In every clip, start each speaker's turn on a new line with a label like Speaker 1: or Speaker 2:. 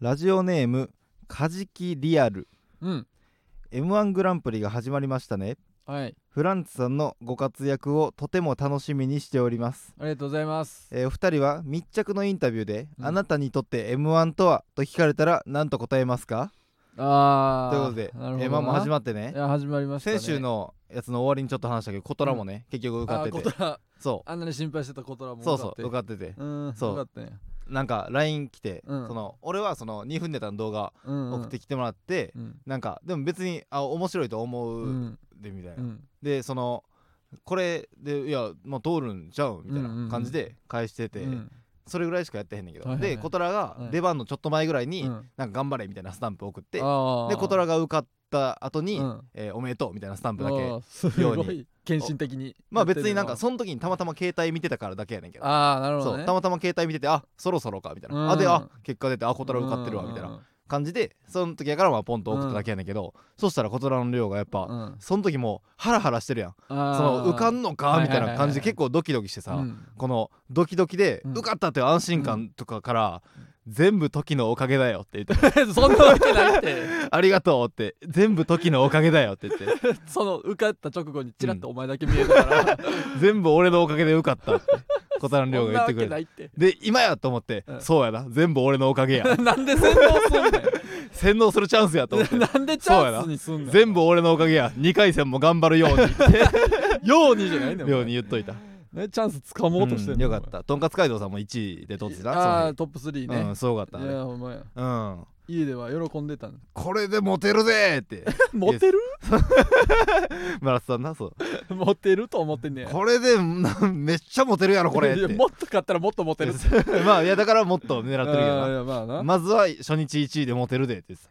Speaker 1: ラジオネームカジキリアル
Speaker 2: うん。
Speaker 1: M1 グランプリが始まりましたね
Speaker 2: はい。
Speaker 1: フランツさんのご活躍をとても楽しみにしております、
Speaker 2: ありがとうございます。
Speaker 1: えーお二人は密着のインタビューで、
Speaker 2: うん
Speaker 1: あなたにとって M1 とはと聞かれたら何と答えますか
Speaker 2: ああ。
Speaker 1: ということで、
Speaker 2: なるほ
Speaker 1: M1
Speaker 2: どな
Speaker 1: も始まってね
Speaker 2: いや始まりましたね。
Speaker 1: 先週のやつの終わりにちょっと話したけどコトラもね、結局受か
Speaker 2: あ
Speaker 1: っ
Speaker 2: ー
Speaker 1: て
Speaker 2: コ
Speaker 1: て
Speaker 2: トラ
Speaker 1: そ
Speaker 2: あんなに心配してたコトラ
Speaker 1: う
Speaker 2: も
Speaker 1: そうそう
Speaker 2: よ
Speaker 1: 受
Speaker 2: かっ
Speaker 1: かってて
Speaker 2: たうん
Speaker 1: そう
Speaker 2: よかったね
Speaker 1: なんか LINE 来て、
Speaker 2: うん
Speaker 1: その俺はその2分ネタの動画
Speaker 2: うんうん
Speaker 1: 送ってきてもらって、
Speaker 2: うん
Speaker 1: なんかでも別にあ面白いと思
Speaker 2: う
Speaker 1: うんでみたいな、
Speaker 2: うん
Speaker 1: でそのこれでいやもう通るんちゃうみたい
Speaker 2: うんうんう
Speaker 1: なん感じで返してて、
Speaker 2: うん
Speaker 1: それぐらいしかやってへんねんけど、
Speaker 2: はいはいはい
Speaker 1: で小虎が
Speaker 2: はい
Speaker 1: 出番のちょっと前ぐらいに、
Speaker 2: うん
Speaker 1: なんか頑張れみたいなスタンプ送って、
Speaker 2: あー
Speaker 1: で小虎が受かった後に、
Speaker 2: うん
Speaker 1: えーおめでとうみたいなスタンプだけ
Speaker 2: あーす
Speaker 1: よう
Speaker 2: ご
Speaker 1: に
Speaker 2: い献身的に
Speaker 1: まあ別になんか
Speaker 2: やって
Speaker 1: その時にたまたま携帯見てたからだけやねんけ
Speaker 2: る
Speaker 1: ど
Speaker 2: のはああなるほ
Speaker 1: そ
Speaker 2: ど
Speaker 1: う
Speaker 2: ね
Speaker 1: たまたま携帯見ててあそろそろかみたいな、
Speaker 2: うん
Speaker 1: あであ結果出てあ小虎受かってるわ
Speaker 2: うん
Speaker 1: みたい
Speaker 2: うん
Speaker 1: な
Speaker 2: うん
Speaker 1: 感じでその時やからまあポンと送っただけやねんけど、そしたら小虎の量がやっぱ、
Speaker 2: うん
Speaker 1: その時もうハラハラしてるやん
Speaker 2: そ
Speaker 1: その受かんのか
Speaker 2: はい
Speaker 1: み
Speaker 2: はい
Speaker 1: た
Speaker 2: はいいは
Speaker 1: な
Speaker 2: い
Speaker 1: 感じで結構ドキドキしてさ、
Speaker 2: うん
Speaker 1: このドキドキで
Speaker 2: うん
Speaker 1: 受かったという安心感とかから、全部時のおかげだよって言って
Speaker 2: そんな わけないって
Speaker 1: ありがとうって全部時のおかげだよって言って
Speaker 2: その受かった直後にチラッとお前だけ見えた から
Speaker 1: 全部俺のおかげで受かったって小田の
Speaker 2: そ
Speaker 1: 亮が
Speaker 2: んな
Speaker 1: 言っ
Speaker 2: わ
Speaker 1: てく
Speaker 2: け
Speaker 1: れ
Speaker 2: な
Speaker 1: て
Speaker 2: いって
Speaker 1: で今やと思って、
Speaker 2: うん
Speaker 1: そうやな全部俺のおかげ や
Speaker 2: なんで先導 すんねん
Speaker 1: 洗脳するチャンスやと思って
Speaker 2: なんでチャンスにすんの
Speaker 1: 全部俺のおかげや2回戦も頑張るようにって
Speaker 2: ようにじゃないねんお前
Speaker 1: ように言っといた
Speaker 2: ねチャンス掴もうとして
Speaker 1: うんん
Speaker 2: の
Speaker 1: よかったとんかつ街道さんも1位で取ってた
Speaker 2: ああートップ3
Speaker 1: その日う
Speaker 2: ね
Speaker 1: んすごかった
Speaker 2: い
Speaker 1: ね
Speaker 2: やお前
Speaker 1: うん
Speaker 2: 家では喜ん でたの
Speaker 1: これでモテるぜーって
Speaker 2: モテる
Speaker 1: 村瀬さんなそう
Speaker 2: モテると思ってんね や
Speaker 1: これでなめっちゃモテるやろこれっ
Speaker 2: いや
Speaker 1: て
Speaker 2: もっと買ったらもっとモテるって
Speaker 1: まあいやだからもっと狙
Speaker 2: あ
Speaker 1: ってるけ
Speaker 2: ーい
Speaker 1: ど
Speaker 2: やまあ
Speaker 1: な
Speaker 2: な
Speaker 1: まずは初日1位でモテるでって言ってた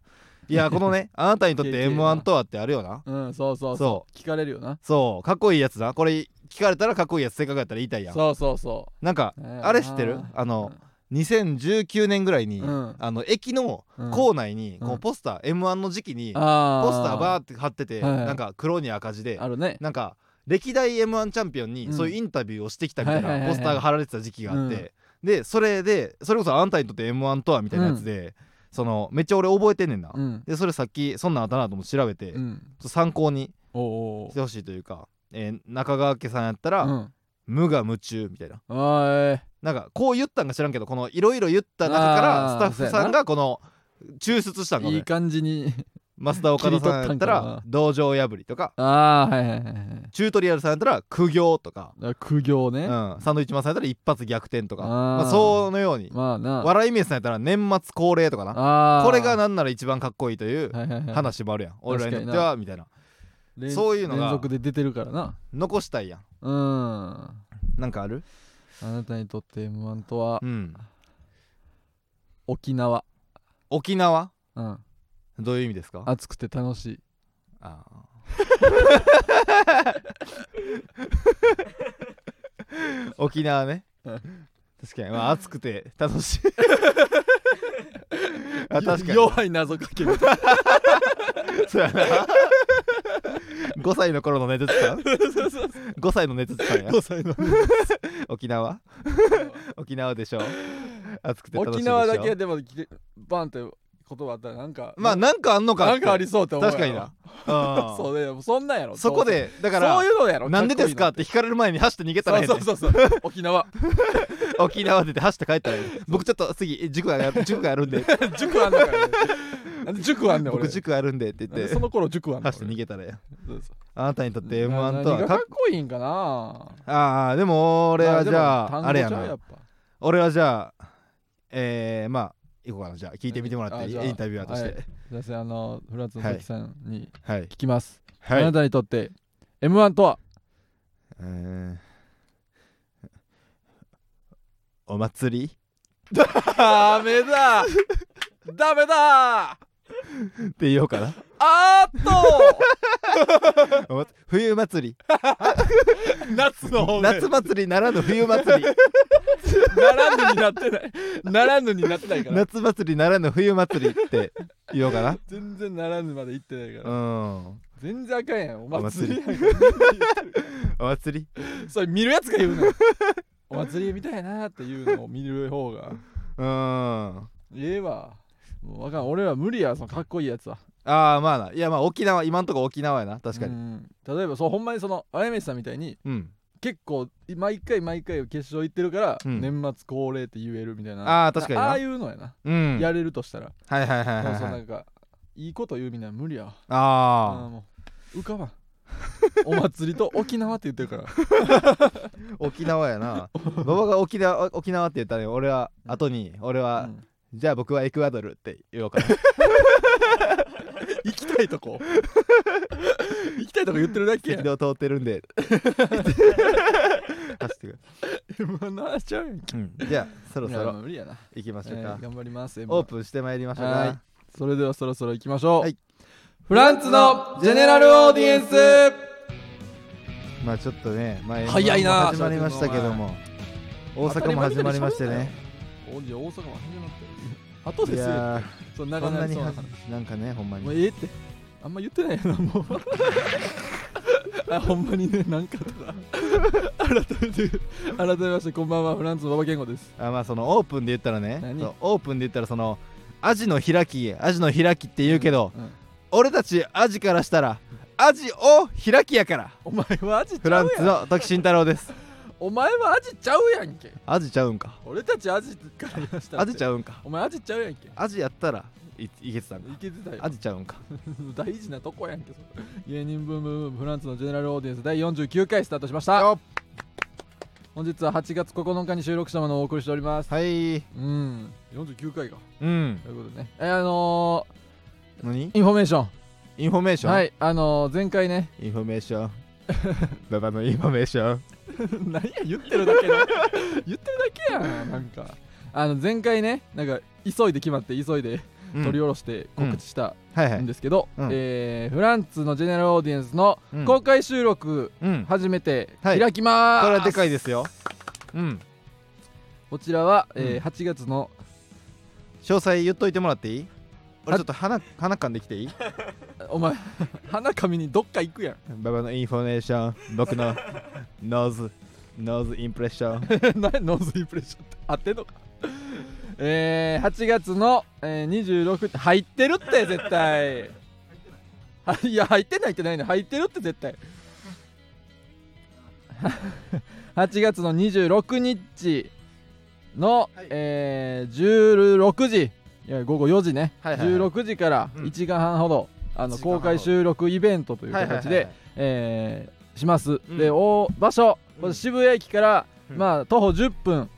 Speaker 1: いやこの ねあなたにとっ
Speaker 2: い
Speaker 1: て
Speaker 2: やいや
Speaker 1: m 1とはってあるよな
Speaker 2: うんそうそうそう
Speaker 1: そう
Speaker 2: 聞かれるよな
Speaker 1: そうかっこいいやつなこれ聞かれたらかっこいいやつせっかくやったら言いたいやん
Speaker 2: そうそうそ
Speaker 1: なんか
Speaker 2: ねえ
Speaker 1: あれ知ってる
Speaker 2: あー
Speaker 1: あの2019年ぐらいに
Speaker 2: うん
Speaker 1: あの駅の
Speaker 2: うん
Speaker 1: 構内にこ
Speaker 2: う
Speaker 1: うんポスター m 1の時期に
Speaker 2: う
Speaker 1: ポ
Speaker 2: あ
Speaker 1: スターバー
Speaker 2: ー
Speaker 1: って貼ってて
Speaker 2: はいはい
Speaker 1: なんか黒に赤字で
Speaker 2: あるね
Speaker 1: なんか歴代 m 1チャンピオンに
Speaker 2: うん
Speaker 1: そういうインタビューをしてきたみたい
Speaker 2: はいはい
Speaker 1: なポ
Speaker 2: はいはい
Speaker 1: スターが貼られてた時期があってでそれでそれこそあんたにとって m 1とはみたいなやつでそのめっちゃ俺覚えてんねんな
Speaker 2: うん
Speaker 1: でそれさっきそんなんあったなとも調べてち
Speaker 2: う
Speaker 1: ょっ
Speaker 2: ん
Speaker 1: と参考に
Speaker 2: おうおう
Speaker 1: してほしいというかえー中川家さんやった
Speaker 2: う
Speaker 1: ら
Speaker 2: ん
Speaker 1: 「無我夢中」みたいな
Speaker 2: おーい
Speaker 1: なんかこう言ったんか知らんけどこのいろいろ言った中からス
Speaker 2: あ
Speaker 1: タッ
Speaker 2: ー
Speaker 1: フさんがこの抽出したんか
Speaker 2: い
Speaker 1: ね
Speaker 2: い感じに
Speaker 1: マスター岡田さんやった
Speaker 2: 切り取ったんかな
Speaker 1: ら「道場破り」とか
Speaker 2: ああはいはいはいはい
Speaker 1: チュートリアルさんやったら「苦行」とか
Speaker 2: だから苦行ね、
Speaker 1: うん、サンドイッチマンさんやったら一発逆転とか
Speaker 2: あー
Speaker 1: まあ、そのように、
Speaker 2: まあな
Speaker 1: 笑い飯さんやったら年末恒例とかな
Speaker 2: あー
Speaker 1: これがなんなら一番かっこいいという
Speaker 2: はいはいはい
Speaker 1: 話もあるやん、俺らにとっ
Speaker 2: 確か
Speaker 1: て
Speaker 2: に
Speaker 1: はみたいな
Speaker 2: 連
Speaker 1: そういうのが
Speaker 2: 連続で出てるからな
Speaker 1: 残したいやん
Speaker 2: うんあ
Speaker 1: なんかある
Speaker 2: なたにとって m 1とは
Speaker 1: うん
Speaker 2: 沖縄、
Speaker 1: 沖縄
Speaker 2: うん、
Speaker 1: どういう意味ですか
Speaker 2: 暑くて楽しい
Speaker 1: あー沖縄ね
Speaker 2: うん
Speaker 1: 確かに、まあ、暑くて楽 しいあ確かに
Speaker 2: 弱い謎か けみたい
Speaker 1: そうや な5歳の頃の寝てた5歳の寝てたんや
Speaker 2: な歳の
Speaker 1: 沖縄沖縄でしょ暑くて楽しいでしょ
Speaker 2: 沖縄だけでもきバンって言葉あったらなんか
Speaker 1: まあなんかあんのか
Speaker 2: なんかあ
Speaker 1: り
Speaker 2: りそうって思う
Speaker 1: 確かになうん
Speaker 2: そうねでもそんなんやろ
Speaker 1: そこでだか
Speaker 2: どうせ
Speaker 1: ら
Speaker 2: そういうのやろ
Speaker 1: なんでですかっ
Speaker 2: って
Speaker 1: て聞かれる前に走って逃げたら
Speaker 2: そ
Speaker 1: え
Speaker 2: う
Speaker 1: えね
Speaker 2: そ
Speaker 1: ん
Speaker 2: うそうそう沖縄
Speaker 1: 沖縄出て走って帰ったらええねん僕ちょっと次塾が塾があるんで
Speaker 2: 塾あんのかねなんで塾あんねん俺
Speaker 1: 僕塾あるんでって
Speaker 2: なん
Speaker 1: 言っ
Speaker 2: で
Speaker 1: て
Speaker 2: その頃塾あんねん
Speaker 1: 走って
Speaker 2: 俺
Speaker 1: 逃げたらええやん
Speaker 2: そうそう
Speaker 1: あなたにとって
Speaker 2: な
Speaker 1: M1 と
Speaker 2: 何
Speaker 1: は
Speaker 2: が
Speaker 1: か
Speaker 2: か
Speaker 1: っ
Speaker 2: っこいいんかな
Speaker 1: ああでも俺はじゃ
Speaker 2: ま
Speaker 1: ああれや
Speaker 2: でも単語ちう
Speaker 1: な
Speaker 2: っぱ
Speaker 1: 俺はじゃあえー、まあ行こうかなじゃあ聞いてみてもらっていい
Speaker 2: あじゃあ
Speaker 1: インタビュアーとして
Speaker 2: じゃあせあのフランツの関さんに
Speaker 1: はい、
Speaker 2: 聞きます、
Speaker 1: はい
Speaker 2: あなたにとって M1 とは
Speaker 1: えーお祭り
Speaker 2: ダメだダメだ
Speaker 1: って言おうかな
Speaker 2: あーっと
Speaker 1: お祭冬祭り
Speaker 2: 夏の方
Speaker 1: 夏祭りならぬ冬祭り
Speaker 2: ならぬになってないならぬになってないから
Speaker 1: 夏祭りならぬ冬祭りって言おうかな
Speaker 2: 全然ならぬまで行ってないから、
Speaker 1: うん
Speaker 2: 全然あかんやんお
Speaker 1: お祭
Speaker 2: 祭
Speaker 1: り
Speaker 2: りやん
Speaker 1: お祭り
Speaker 2: それ見るやつが言うのお祭りみたいなっていうのを見る方が
Speaker 1: うん
Speaker 2: ええわもう分かん俺は無理やそのかっこいいやつは
Speaker 1: ああまあないやまあ沖縄今んとこ沖縄やな確か
Speaker 2: う
Speaker 1: に
Speaker 2: ん例えばそうほんまにそのあやめさんみたいに
Speaker 1: うん、
Speaker 2: 結構毎回毎回決勝行ってるから、
Speaker 1: うん
Speaker 2: 年末恒例って言えるみたいな
Speaker 1: ああ確かに
Speaker 2: あ
Speaker 1: な
Speaker 2: あいうのやな、
Speaker 1: うん
Speaker 2: やれるとしたら、
Speaker 1: はいはいはい
Speaker 2: で
Speaker 1: はい
Speaker 2: もその
Speaker 1: は
Speaker 2: ないんかいいこと言うみたいな無理やわあー
Speaker 1: あ
Speaker 2: もう浮かばんお祭りと沖縄って言ってるから
Speaker 1: あ沖縄やな馬場が沖縄沖縄って言ったらね俺は後に俺は、
Speaker 2: うん
Speaker 1: じゃあ僕はエクアドルって言おうかな
Speaker 2: 行きたいとこ行きたいとこ言ってるだけや
Speaker 1: 赤
Speaker 2: ん
Speaker 1: 道通ってるん で走ってくる、
Speaker 2: M1 の話ちゃうやん
Speaker 1: うん、じゃあそろ
Speaker 2: い
Speaker 1: そ
Speaker 2: やまあ
Speaker 1: ろ
Speaker 2: 無理やな、
Speaker 1: 行きましょう
Speaker 2: え
Speaker 1: か
Speaker 2: ー、頑張ります
Speaker 1: オー
Speaker 2: ン
Speaker 1: プンしてまいりましょう
Speaker 2: は
Speaker 1: か
Speaker 2: いそれではそろそろ行きましょう、
Speaker 1: はい
Speaker 2: フランツのジェネラルオーディエンス
Speaker 1: まあちょっとね、まあ、
Speaker 2: 早い
Speaker 1: M1 も
Speaker 2: な
Speaker 1: 始まりましたけども大
Speaker 2: 当た
Speaker 1: 阪
Speaker 2: り
Speaker 1: も
Speaker 2: 前
Speaker 1: 始
Speaker 2: みたいに
Speaker 1: まりましてね
Speaker 2: おじゃあ大阪 も始まってる後
Speaker 1: い
Speaker 2: ですよ
Speaker 1: や
Speaker 2: そん
Speaker 1: ー
Speaker 2: な
Speaker 1: こんなに
Speaker 2: そう
Speaker 1: は
Speaker 2: な話
Speaker 1: なんかねほんま
Speaker 2: もう
Speaker 1: に
Speaker 2: ええってあんま言ってないよな もうあほんまにねなんかとか改めて改めましてこんばんはフランツの馬場健吾です
Speaker 1: あまあそのオープンで言ったらね
Speaker 2: 何
Speaker 1: そうオープンで言ったらそのアジの開きアジの開きって言うけど、
Speaker 2: うん
Speaker 1: 俺たちアジからしたらアジを開きやから
Speaker 2: お前はアジち
Speaker 1: フ
Speaker 2: ゃ
Speaker 1: ラ
Speaker 2: う
Speaker 1: ンツ
Speaker 2: やん
Speaker 1: の時慎太郎です
Speaker 2: お前はアジちゃうやんけ
Speaker 1: アジちゃうんか
Speaker 2: 俺たちアジから言いました
Speaker 1: アジち
Speaker 2: ゃう
Speaker 1: ゃうんか
Speaker 2: お前アジちゃうやんけ
Speaker 1: アジやったらいいけてたんか
Speaker 2: いけてたよ
Speaker 1: アジちゃうんか
Speaker 2: 大事なとこやんけそれ芸人ブームブームフランスのジェネラルオーディエンス第49回スタートしました
Speaker 1: よ
Speaker 2: 本日は8月9日に収録したものをお送りしております
Speaker 1: はい
Speaker 2: うん49回か
Speaker 1: うん
Speaker 2: ということでねえーあの
Speaker 1: 何
Speaker 2: ーインフォメーショ
Speaker 1: インフォメーシ
Speaker 2: ン
Speaker 1: ョン、
Speaker 2: はいあのー前回ね
Speaker 1: インフォメーション ババのインフォメーション
Speaker 2: 何や 言ってるだけだ言ってるだけやんなんかあの前回ねなんか急いで決まって急いで
Speaker 1: うん
Speaker 2: 取り下ろして告知した
Speaker 1: はいはい
Speaker 2: んですけど、
Speaker 1: うん
Speaker 2: えーフランツのジェネラルオーディエンスの
Speaker 1: うん
Speaker 2: 公開収録
Speaker 1: うん
Speaker 2: 初めて
Speaker 1: はい
Speaker 2: 開きまーす、
Speaker 1: これはでかいですようん
Speaker 2: こちらは、
Speaker 1: う
Speaker 2: えー
Speaker 1: ん
Speaker 2: 8月の
Speaker 1: 詳細言っといてもらっていい俺
Speaker 2: は
Speaker 1: ちょっと鼻鼻かんできていい
Speaker 2: お前 花紙にどっか行くやん
Speaker 1: ババのインフォメーション僕のノーズノーズインプレッション
Speaker 2: 何ノーズインプレッションって合ってんのかえー、8月の、えー、26入ってるって絶対はいや入ってないってないの入ってるって絶対 8月の26日の、
Speaker 1: はい
Speaker 2: えー、16時いや午後4時ね、
Speaker 1: はいはいはい
Speaker 2: 16時から
Speaker 1: うん
Speaker 2: 1時間半ほど、あの
Speaker 1: 一時間半ほど
Speaker 2: 公開収録イベントという形でえーします、
Speaker 1: うん
Speaker 2: でお場所
Speaker 1: うん
Speaker 2: これ渋谷駅から、
Speaker 1: うん
Speaker 2: まあ、徒歩10分
Speaker 1: うん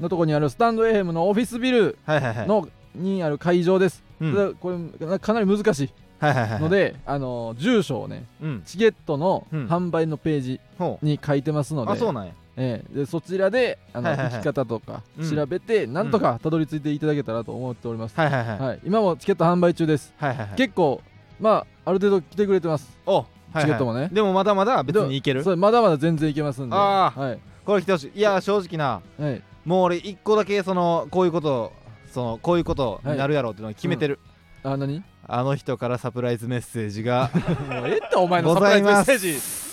Speaker 2: のとこにあるスタンド FM のオフィスビル
Speaker 1: はいはいはい
Speaker 2: の、にある会場です、
Speaker 1: うんはい
Speaker 2: でこれなかなり難し
Speaker 1: はいはいはい
Speaker 2: いので、あのー住所をね
Speaker 1: うん
Speaker 2: チケットの
Speaker 1: うん
Speaker 2: 販売のページ
Speaker 1: ほう
Speaker 2: に書いてますので,、
Speaker 1: あそうなんや
Speaker 2: ええでそちらであの、
Speaker 1: はいはいはい
Speaker 2: 行き方とか
Speaker 1: うん
Speaker 2: 調べて、なんとかたどり着いていただけたらと思っております、
Speaker 1: はいはいはいはい
Speaker 2: はい、今もチケット販売中です、
Speaker 1: はいはい
Speaker 2: 結構まあある程度来てくれてます
Speaker 1: おはいはい
Speaker 2: チケットもね
Speaker 1: でもまだまだ別にいける
Speaker 2: そうまだまだ全然いけますんで
Speaker 1: あー
Speaker 2: はい
Speaker 1: これ来てほしいいや正直な
Speaker 2: はい、
Speaker 1: もう俺一個だけそのこういうことそのこういうことになるやろうっていうのを決めてる
Speaker 2: あ何も
Speaker 1: あの人からサプライズメッセージが
Speaker 2: うええってお前のサ
Speaker 1: ご
Speaker 2: プラ
Speaker 1: ざ
Speaker 2: イ
Speaker 1: い
Speaker 2: ズメッ
Speaker 1: ます
Speaker 2: セージ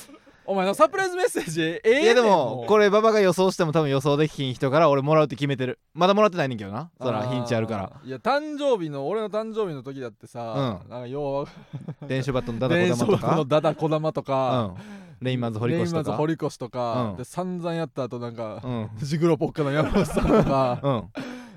Speaker 2: お前のサプライズメッセージええねん
Speaker 1: いやでもこ
Speaker 2: れ
Speaker 1: れ馬場が予想しても多分予想できひん人から俺もらうって決めてるまだもらってないねんけどなそらヒンチあるから
Speaker 2: いや誕生日の俺の誕生日の時だってさ、なんかようわ
Speaker 1: 電書バットの
Speaker 2: か
Speaker 1: ダ
Speaker 2: ん
Speaker 1: ダ
Speaker 2: ない
Speaker 1: コ
Speaker 2: 電
Speaker 1: 玉
Speaker 2: 車
Speaker 1: と
Speaker 2: の
Speaker 1: か
Speaker 2: ダダこだまとか、
Speaker 1: うんレインマンズ堀
Speaker 2: レイ
Speaker 1: 越
Speaker 2: ンマ
Speaker 1: と
Speaker 2: ンズ
Speaker 1: か
Speaker 2: 堀越とか、
Speaker 1: うん
Speaker 2: で散々やった後なんか、
Speaker 1: うんうん
Speaker 2: ジグロポッカの山本さんとか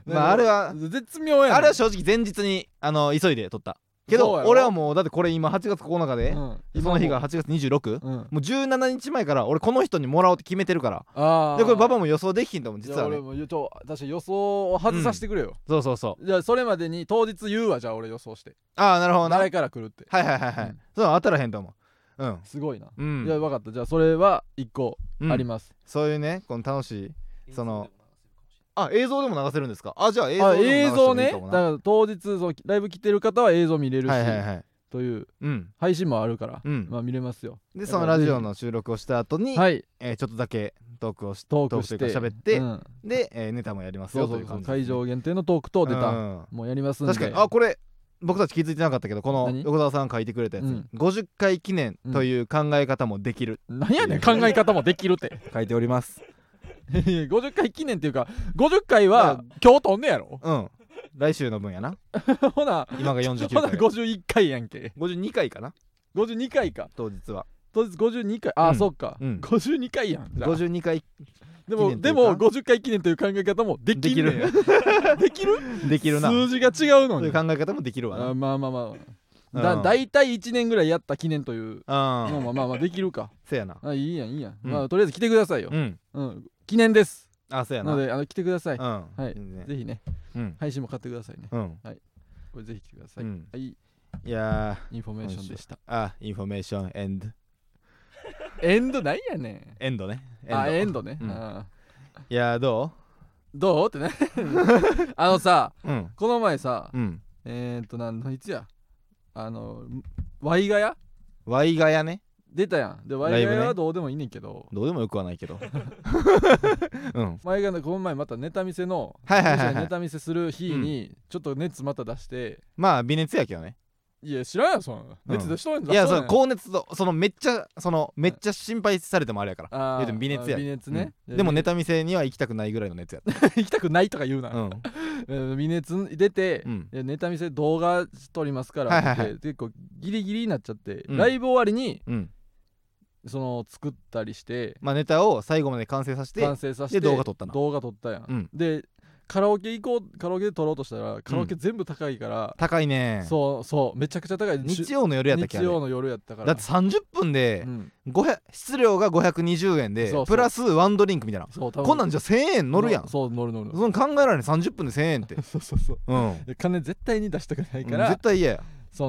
Speaker 1: まああれは
Speaker 2: 絶妙やねん
Speaker 1: あれは正直前日にあの急いで撮ったけど
Speaker 2: そうやろ
Speaker 1: 俺はもうだってこれ今8月9日で
Speaker 2: うん
Speaker 1: その日が8月26
Speaker 2: うん
Speaker 1: もう17日前から俺この人にもらおうって決めてるから
Speaker 2: あー
Speaker 1: でこれ馬場も予想できひんと思う
Speaker 2: いや
Speaker 1: 実は
Speaker 2: 俺
Speaker 1: ね
Speaker 2: も予想確か予想を外させてくれよ、
Speaker 1: そうそうそう
Speaker 2: じゃあそれまでに当日言うわじゃあ俺予想して
Speaker 1: ああなるほどなは
Speaker 2: 誰
Speaker 1: い
Speaker 2: から来るって
Speaker 1: はいはいは
Speaker 2: う
Speaker 1: い
Speaker 2: ん
Speaker 1: そう当たらへんと思ううん
Speaker 2: すごいな、
Speaker 1: うん
Speaker 2: いや分かったじゃあそれは一個
Speaker 1: うん
Speaker 2: あります、
Speaker 1: そういうねこの楽しいそのあ映像でも流せるんですかあじゃあ映
Speaker 2: あ
Speaker 1: 像でも流して
Speaker 2: 映像
Speaker 1: もい
Speaker 2: ね
Speaker 1: いかも
Speaker 2: だ
Speaker 1: な
Speaker 2: から当日そのライブ来てる方は映像見れるし、
Speaker 1: はいはいはい
Speaker 2: という
Speaker 1: うん
Speaker 2: 配信もあるから、
Speaker 1: うん
Speaker 2: まあ見れますよ
Speaker 1: でそのラジオの収録をした後に、
Speaker 2: はい
Speaker 1: えーちょっとだけトークをし
Speaker 2: トークして
Speaker 1: トークというか喋って
Speaker 2: うん
Speaker 1: で、えーネタもやります
Speaker 2: そ
Speaker 1: よ
Speaker 2: うそ
Speaker 1: というう
Speaker 2: そ
Speaker 1: 感
Speaker 2: う
Speaker 1: じ
Speaker 2: 会
Speaker 1: で
Speaker 2: 場限定のトーク等
Speaker 1: すね
Speaker 2: ネタ
Speaker 1: うん
Speaker 2: もうやりますんで
Speaker 1: 確かにあこれ僕たち気づいてなかったけどこの
Speaker 2: 何
Speaker 1: 横澤さんが書いてくれたやつに、50回記念という考え方もできる、
Speaker 2: なんやねん考え方もできるって
Speaker 1: 書いております
Speaker 2: いや50回記念っていうか50回は今日とんねやろ
Speaker 1: うん来週の分やな
Speaker 2: ほな
Speaker 1: 今が49
Speaker 2: ほな
Speaker 1: 回
Speaker 2: 51回やんけ
Speaker 1: 52回かな
Speaker 2: 52回か
Speaker 1: 当日は
Speaker 2: 当日52回あ、
Speaker 1: うん
Speaker 2: そっか、
Speaker 1: うん
Speaker 2: 52回やんじゃあ
Speaker 1: 52回記
Speaker 2: でも
Speaker 1: 念とい
Speaker 2: で
Speaker 1: うか
Speaker 2: も50回記念という考え方もできるんや できる
Speaker 1: できるな
Speaker 2: 数字が違う
Speaker 1: そ
Speaker 2: の
Speaker 1: うい
Speaker 2: に
Speaker 1: う考え方もできるわな
Speaker 2: あまあまあまあ
Speaker 1: うん
Speaker 2: だ大体1年ぐらいやった記念という
Speaker 1: あ
Speaker 2: のもまあまあできるか
Speaker 1: せやな
Speaker 2: あいいやんいいやん、
Speaker 1: うん
Speaker 2: まあとりあえず来てくださいよ
Speaker 1: う、ん
Speaker 2: うん記念です
Speaker 1: あせやな
Speaker 2: なのであの来てください、
Speaker 1: うん
Speaker 2: はい
Speaker 1: 全然
Speaker 2: ぜひね
Speaker 1: うん
Speaker 2: 配信も買ってくださいね
Speaker 1: うん
Speaker 2: これぜひ来てくださ
Speaker 1: う
Speaker 2: い、
Speaker 1: ん
Speaker 2: はい
Speaker 1: いや
Speaker 2: インフォメーションでした
Speaker 1: ーあインフォメーションエンド
Speaker 2: エンドないやね
Speaker 1: エンドね
Speaker 2: んあエンドね、
Speaker 1: うん
Speaker 2: あ
Speaker 1: いやーど
Speaker 2: どうって ねあのさ
Speaker 1: ううん
Speaker 2: この前さ
Speaker 1: うん
Speaker 2: えー、っと何のいつやあのワイガヤ
Speaker 1: ワイガヤね
Speaker 2: 出たやんでワ
Speaker 1: ラ
Speaker 2: イ
Speaker 1: イ
Speaker 2: ガ
Speaker 1: ブね
Speaker 2: ヤはどうでもいいねんけど、
Speaker 1: どうでもよくはないけ どうん
Speaker 2: 前がねこの前またネタ見せの
Speaker 1: はいはいはいはい
Speaker 2: ネタ見せする日にちょっと熱また出して、
Speaker 1: まあ微熱やけどね
Speaker 2: いや知らんやんそんな熱出しとんん
Speaker 1: いや
Speaker 2: 出しと
Speaker 1: そ
Speaker 2: ん
Speaker 1: の高熱とそのめっちゃそのめっちゃ心配されてもあれやから
Speaker 2: あー
Speaker 1: 言うても微熱や
Speaker 2: あー微熱ね、
Speaker 1: うんでもネ
Speaker 2: タ
Speaker 1: タ見せには行きたくないぐらいの熱やっ
Speaker 2: 行きたくないと か言うな、
Speaker 1: たうん
Speaker 2: うん微熱出て、
Speaker 1: うん
Speaker 2: でネタ見せ動画撮りますから、
Speaker 1: はいはいはい
Speaker 2: で結構ギリギリになっちゃって、
Speaker 1: うん
Speaker 2: ライブ終わりに
Speaker 1: うん
Speaker 2: その作ったりして
Speaker 1: まあネタを最後まで完成させて
Speaker 2: 完成させて
Speaker 1: で動画撮ったな
Speaker 2: 動画撮ったやん、
Speaker 1: うん
Speaker 2: でカラオケ行こうカラオケで撮ろうとしたらカラオケ全部高いから、
Speaker 1: 高いね
Speaker 2: そうそうめちゃくちゃ高い
Speaker 1: 日曜の夜やったっけあ
Speaker 2: 日
Speaker 1: れ
Speaker 2: 曜の夜やったから
Speaker 1: だって30分で
Speaker 2: うん
Speaker 1: 500質量が520円で
Speaker 2: そうそう
Speaker 1: プラスワンドリンクみたいな
Speaker 2: そう多分
Speaker 1: こんなんじゃ1000円乗るやんそ
Speaker 2: そう乗る乗る
Speaker 1: の考えられない30分で1000円って
Speaker 2: そうそうそう
Speaker 1: うん
Speaker 2: で金絶対に出したくないか
Speaker 1: うん
Speaker 2: ら
Speaker 1: 絶対嫌や
Speaker 2: その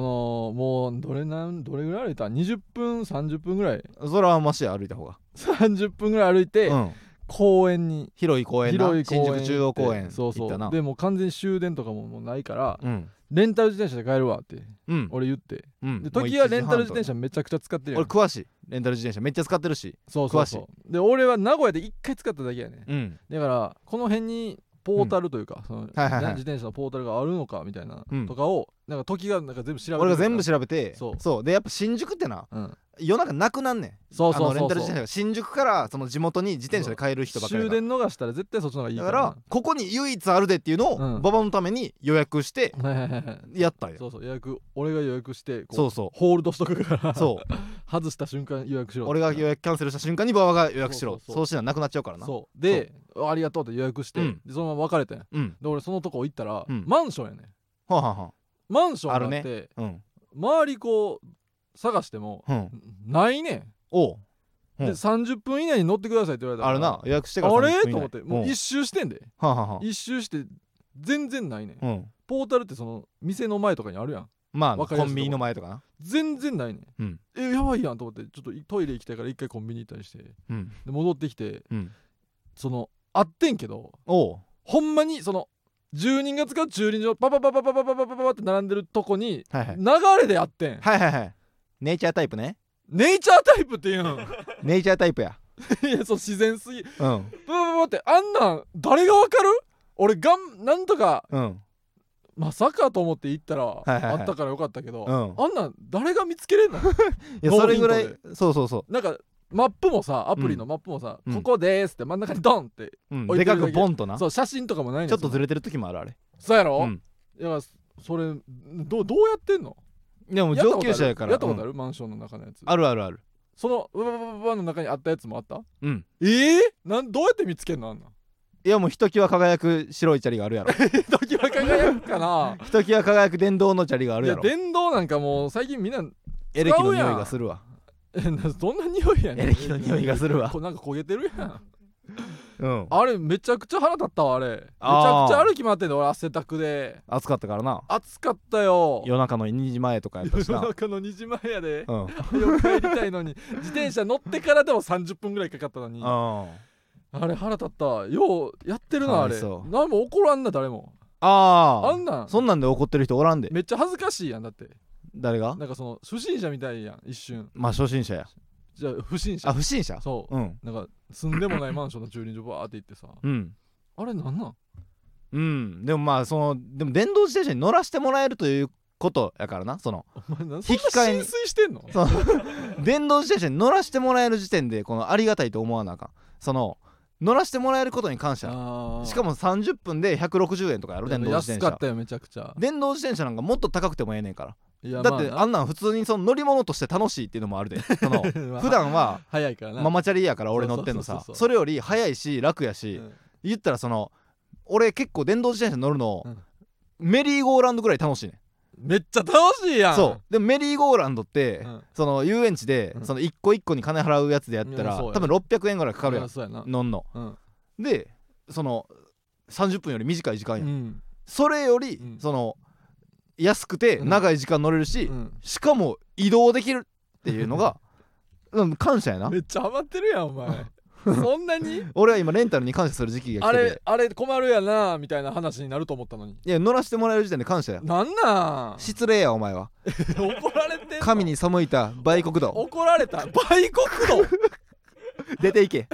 Speaker 2: もうどれなんどれぐらい歩いた20分30分ぐらい
Speaker 1: それはマシや歩いた方が
Speaker 2: 30分ぐらい歩いて、
Speaker 1: うん
Speaker 2: 公園に
Speaker 1: 広い公園な
Speaker 2: 広い公園
Speaker 1: 新宿中央公園
Speaker 2: そう
Speaker 1: 行
Speaker 2: そ
Speaker 1: った
Speaker 2: う
Speaker 1: な
Speaker 2: でもう完全に終電とかももうないから、
Speaker 1: うん
Speaker 2: レンタル自転車で帰るわって
Speaker 1: うん
Speaker 2: 俺言って
Speaker 1: うん
Speaker 2: で時はレンタル自転車めちゃくちゃ使ってるや
Speaker 1: 俺
Speaker 2: ん
Speaker 1: 詳しいレンタル自転車めっちゃ使ってるし
Speaker 2: そうそうそうで俺は名古屋で1回使っただけやね
Speaker 1: うん
Speaker 2: だからこの辺にポータルというか、その
Speaker 1: はいはいはい
Speaker 2: 自転車のポータルがあるのかみたいな、
Speaker 1: うん
Speaker 2: とかをなんか時がなんか全部調べて
Speaker 1: 俺が全部
Speaker 2: 調
Speaker 1: 調べて
Speaker 2: そう
Speaker 1: そうでやっぱ新宿ってな
Speaker 2: べ、うん、
Speaker 1: 夜中なくなんねん
Speaker 2: そう
Speaker 1: あ
Speaker 2: そ
Speaker 1: の
Speaker 2: う
Speaker 1: レン
Speaker 2: そう
Speaker 1: タル自
Speaker 2: そ
Speaker 1: 転車
Speaker 2: う
Speaker 1: が新宿からその地元に自転車で帰る人ばっかり
Speaker 2: 終
Speaker 1: やから
Speaker 2: 電逃したら絶対そっちの方がいい
Speaker 1: だ
Speaker 2: か
Speaker 1: から
Speaker 2: ら
Speaker 1: ここに唯一あるでっていうのを
Speaker 2: うん
Speaker 1: 馬場のために予約して
Speaker 2: はいはいはいはい
Speaker 1: やったんや
Speaker 2: そうそう予約俺が予約してこう
Speaker 1: そうそ
Speaker 2: ホールドしとくから
Speaker 1: う そう
Speaker 2: 外した瞬間予約しろ
Speaker 1: 俺が予約キャンセルした瞬間に馬場が予約しろ
Speaker 2: そうそうそう
Speaker 1: そうしななくなっちゃうからな
Speaker 2: そうでありがとうって予約して、
Speaker 1: うん
Speaker 2: でそのまま別れたやん
Speaker 1: うん
Speaker 2: で俺そのとこ行ったら、
Speaker 1: うん
Speaker 2: マンションやねん
Speaker 1: はあはあは
Speaker 2: マンションがあっ
Speaker 1: あ
Speaker 2: て
Speaker 1: あうん
Speaker 2: 周りこう探しても
Speaker 1: うん
Speaker 2: ないねん
Speaker 1: おううん
Speaker 2: で30分以内に乗ってくださいって言われたか
Speaker 1: あ
Speaker 2: ら
Speaker 1: るな予約してから
Speaker 2: あ
Speaker 1: 30
Speaker 2: れ
Speaker 1: 分以内
Speaker 2: と思ってもう一周してんで
Speaker 1: うんはあはあは
Speaker 2: 一周して全然ないねん
Speaker 1: あうん
Speaker 2: ポータルってその店の前とかにあるやん
Speaker 1: まあ
Speaker 2: わかりや
Speaker 1: コ
Speaker 2: すい
Speaker 1: ンビニの前とかな
Speaker 2: 全然ないねん、
Speaker 1: うん
Speaker 2: えやばいやんと思ってちょっとトイレ行きたいから一回コンビニ行ったりしてで
Speaker 1: うん
Speaker 2: 戻ってきて
Speaker 1: うん
Speaker 2: そのあってんけど
Speaker 1: おう
Speaker 2: ほんまにその住人が使う駐輪場パパパパパパパパパパって並んでるとこに
Speaker 1: はいはい
Speaker 2: 流れであってん
Speaker 1: はいはいはいネイチャータイプね
Speaker 2: ネイチャータイプって言うん
Speaker 1: ネイチャータイプや
Speaker 2: いやそう自然すぎ
Speaker 1: うん
Speaker 2: パパパパってあんなん誰がわかる俺がんなんとか
Speaker 1: うん
Speaker 2: まさかと思って行った
Speaker 1: い
Speaker 2: ら、
Speaker 1: はいはい
Speaker 2: あったからよかったけど、
Speaker 1: うん
Speaker 2: あんなん誰が見つけれんの
Speaker 1: いや
Speaker 2: ノー
Speaker 1: それぐら
Speaker 2: ヒ
Speaker 1: い
Speaker 2: ン
Speaker 1: そうそうそう
Speaker 2: なんかマップもさアプリのマップもさ「
Speaker 1: うん
Speaker 2: ここです」って真ん中にドンって、
Speaker 1: うん
Speaker 2: 置い
Speaker 1: で
Speaker 2: てる
Speaker 1: か
Speaker 2: だけ
Speaker 1: くボンとなちょ
Speaker 2: そう写真とかもないねん
Speaker 1: っとず
Speaker 2: その
Speaker 1: れてる時もあるあれ
Speaker 2: そうやろ、
Speaker 1: うん
Speaker 2: いやそれどうどうやってんの
Speaker 1: でも
Speaker 2: やっ
Speaker 1: 上
Speaker 2: たことあ
Speaker 1: 級
Speaker 2: る
Speaker 1: 者やから
Speaker 2: やったことあ
Speaker 1: うん
Speaker 2: る、マンションの中のやつ
Speaker 1: あるあるある
Speaker 2: そのうわわわわわの中にあったやつもあった
Speaker 1: うん
Speaker 2: ええなんどうやって見つけんのあんなん
Speaker 1: いやもうひときわ輝く白いチャリがある やろ
Speaker 2: 時は輝くかな
Speaker 1: ひときわ輝く電動のチャリがあ
Speaker 2: い
Speaker 1: るや
Speaker 2: や
Speaker 1: ろ
Speaker 2: 電動なんかもう最近みんな
Speaker 1: エレキの
Speaker 2: 使うやん
Speaker 1: 匂いがするわ
Speaker 2: えなどんな匂いやねん
Speaker 1: エレキの匂いがするわ
Speaker 2: こなんか焦げてるやん
Speaker 1: うん
Speaker 2: あれめちゃくちゃ腹立ったわあれめちゃ
Speaker 1: あー
Speaker 2: くちゃ歩き回ってんの俺汗だくで
Speaker 1: 暑かったからな
Speaker 2: 暑かったよ
Speaker 1: 夜中の2時前とかやったし
Speaker 2: 夜
Speaker 1: な
Speaker 2: 中の2時前やで
Speaker 1: うんうん
Speaker 2: 早く帰りたいのに自転車乗ってからでも30分ぐらいかかったのにあ
Speaker 1: あ
Speaker 2: れ腹立ったわようやってるなあ
Speaker 1: かわ
Speaker 2: れ
Speaker 1: いそう
Speaker 2: 何も怒らんな誰もあ
Speaker 1: あ
Speaker 2: んなん
Speaker 1: そんなんで怒ってる人おらんで
Speaker 2: めっちゃ恥ずかしいやんだって
Speaker 1: 誰が
Speaker 2: なんかその不審者みたいやん一瞬
Speaker 1: まあ初心者や
Speaker 2: じゃあ不審者
Speaker 1: あ不審者
Speaker 2: そう、
Speaker 1: うん
Speaker 2: なんか住んでもないマンションの駐輪場バーって行ってさ
Speaker 1: うん
Speaker 2: あれなんなん
Speaker 1: うんでもまあそのでも電動自転車に乗らせてもらえるということやからなその
Speaker 2: お前なんそん
Speaker 1: 引
Speaker 2: な
Speaker 1: き換えに
Speaker 2: 浸水してんの
Speaker 1: その電動自転車に乗らせてもらえる時点でこのありがたいと思わなあかんその乗らせてもらえることに感謝しか
Speaker 2: も
Speaker 1: も30分で160円とかやる電動自
Speaker 2: 安
Speaker 1: 転
Speaker 2: かっ
Speaker 1: 車
Speaker 2: たよめちゃくちゃ
Speaker 1: 電動自転車なんかもっと高くてもええねんから
Speaker 2: いや
Speaker 1: だって
Speaker 2: まあ
Speaker 1: あんなん普通にその乗り物として楽しいっていうのもあるでそ の
Speaker 2: な
Speaker 1: 普段は
Speaker 2: 早いからな
Speaker 1: ママチャリやから俺乗ってんの
Speaker 2: そう
Speaker 1: さ
Speaker 2: そうそうそ
Speaker 1: そ
Speaker 2: う
Speaker 1: れより早いし楽や
Speaker 2: う
Speaker 1: し
Speaker 2: ん
Speaker 1: 言ったらその俺結構電動自転車乗るの
Speaker 2: うん
Speaker 1: メリーゴーランドぐらい楽しいね
Speaker 2: めっちゃ楽しいや
Speaker 1: ん
Speaker 2: ん
Speaker 1: そうでもメリーゴーランドって
Speaker 2: うん
Speaker 1: その遊園地で
Speaker 2: うん
Speaker 1: その一個一個に金払うやつでやった
Speaker 2: い
Speaker 1: ら
Speaker 2: やそう
Speaker 1: 多
Speaker 2: や
Speaker 1: 分600円ぐらいかかるや
Speaker 2: い
Speaker 1: ん
Speaker 2: やそうやな
Speaker 1: 乗んの
Speaker 2: うん
Speaker 1: でその30分より短い時間
Speaker 2: う
Speaker 1: やん
Speaker 2: ん
Speaker 1: それより
Speaker 2: うん
Speaker 1: その安くて
Speaker 2: うん
Speaker 1: 長い時間乗れるし
Speaker 2: うん
Speaker 1: しかも移動できるっていうの がうん感謝やな
Speaker 2: めっちゃハマってるやんお前 そんなに
Speaker 1: 俺は今レンタルに感謝する時期が
Speaker 2: あ
Speaker 1: 来て
Speaker 2: れ
Speaker 1: て
Speaker 2: あれ困るやなみたいな話になると思ったのに
Speaker 1: いや乗らせてもらえる時点で感謝や
Speaker 2: なんなん
Speaker 1: 失礼やお前は
Speaker 2: 怒られてんの
Speaker 1: 神に背いた売国道
Speaker 2: 怒られた売国道
Speaker 1: 出ていけ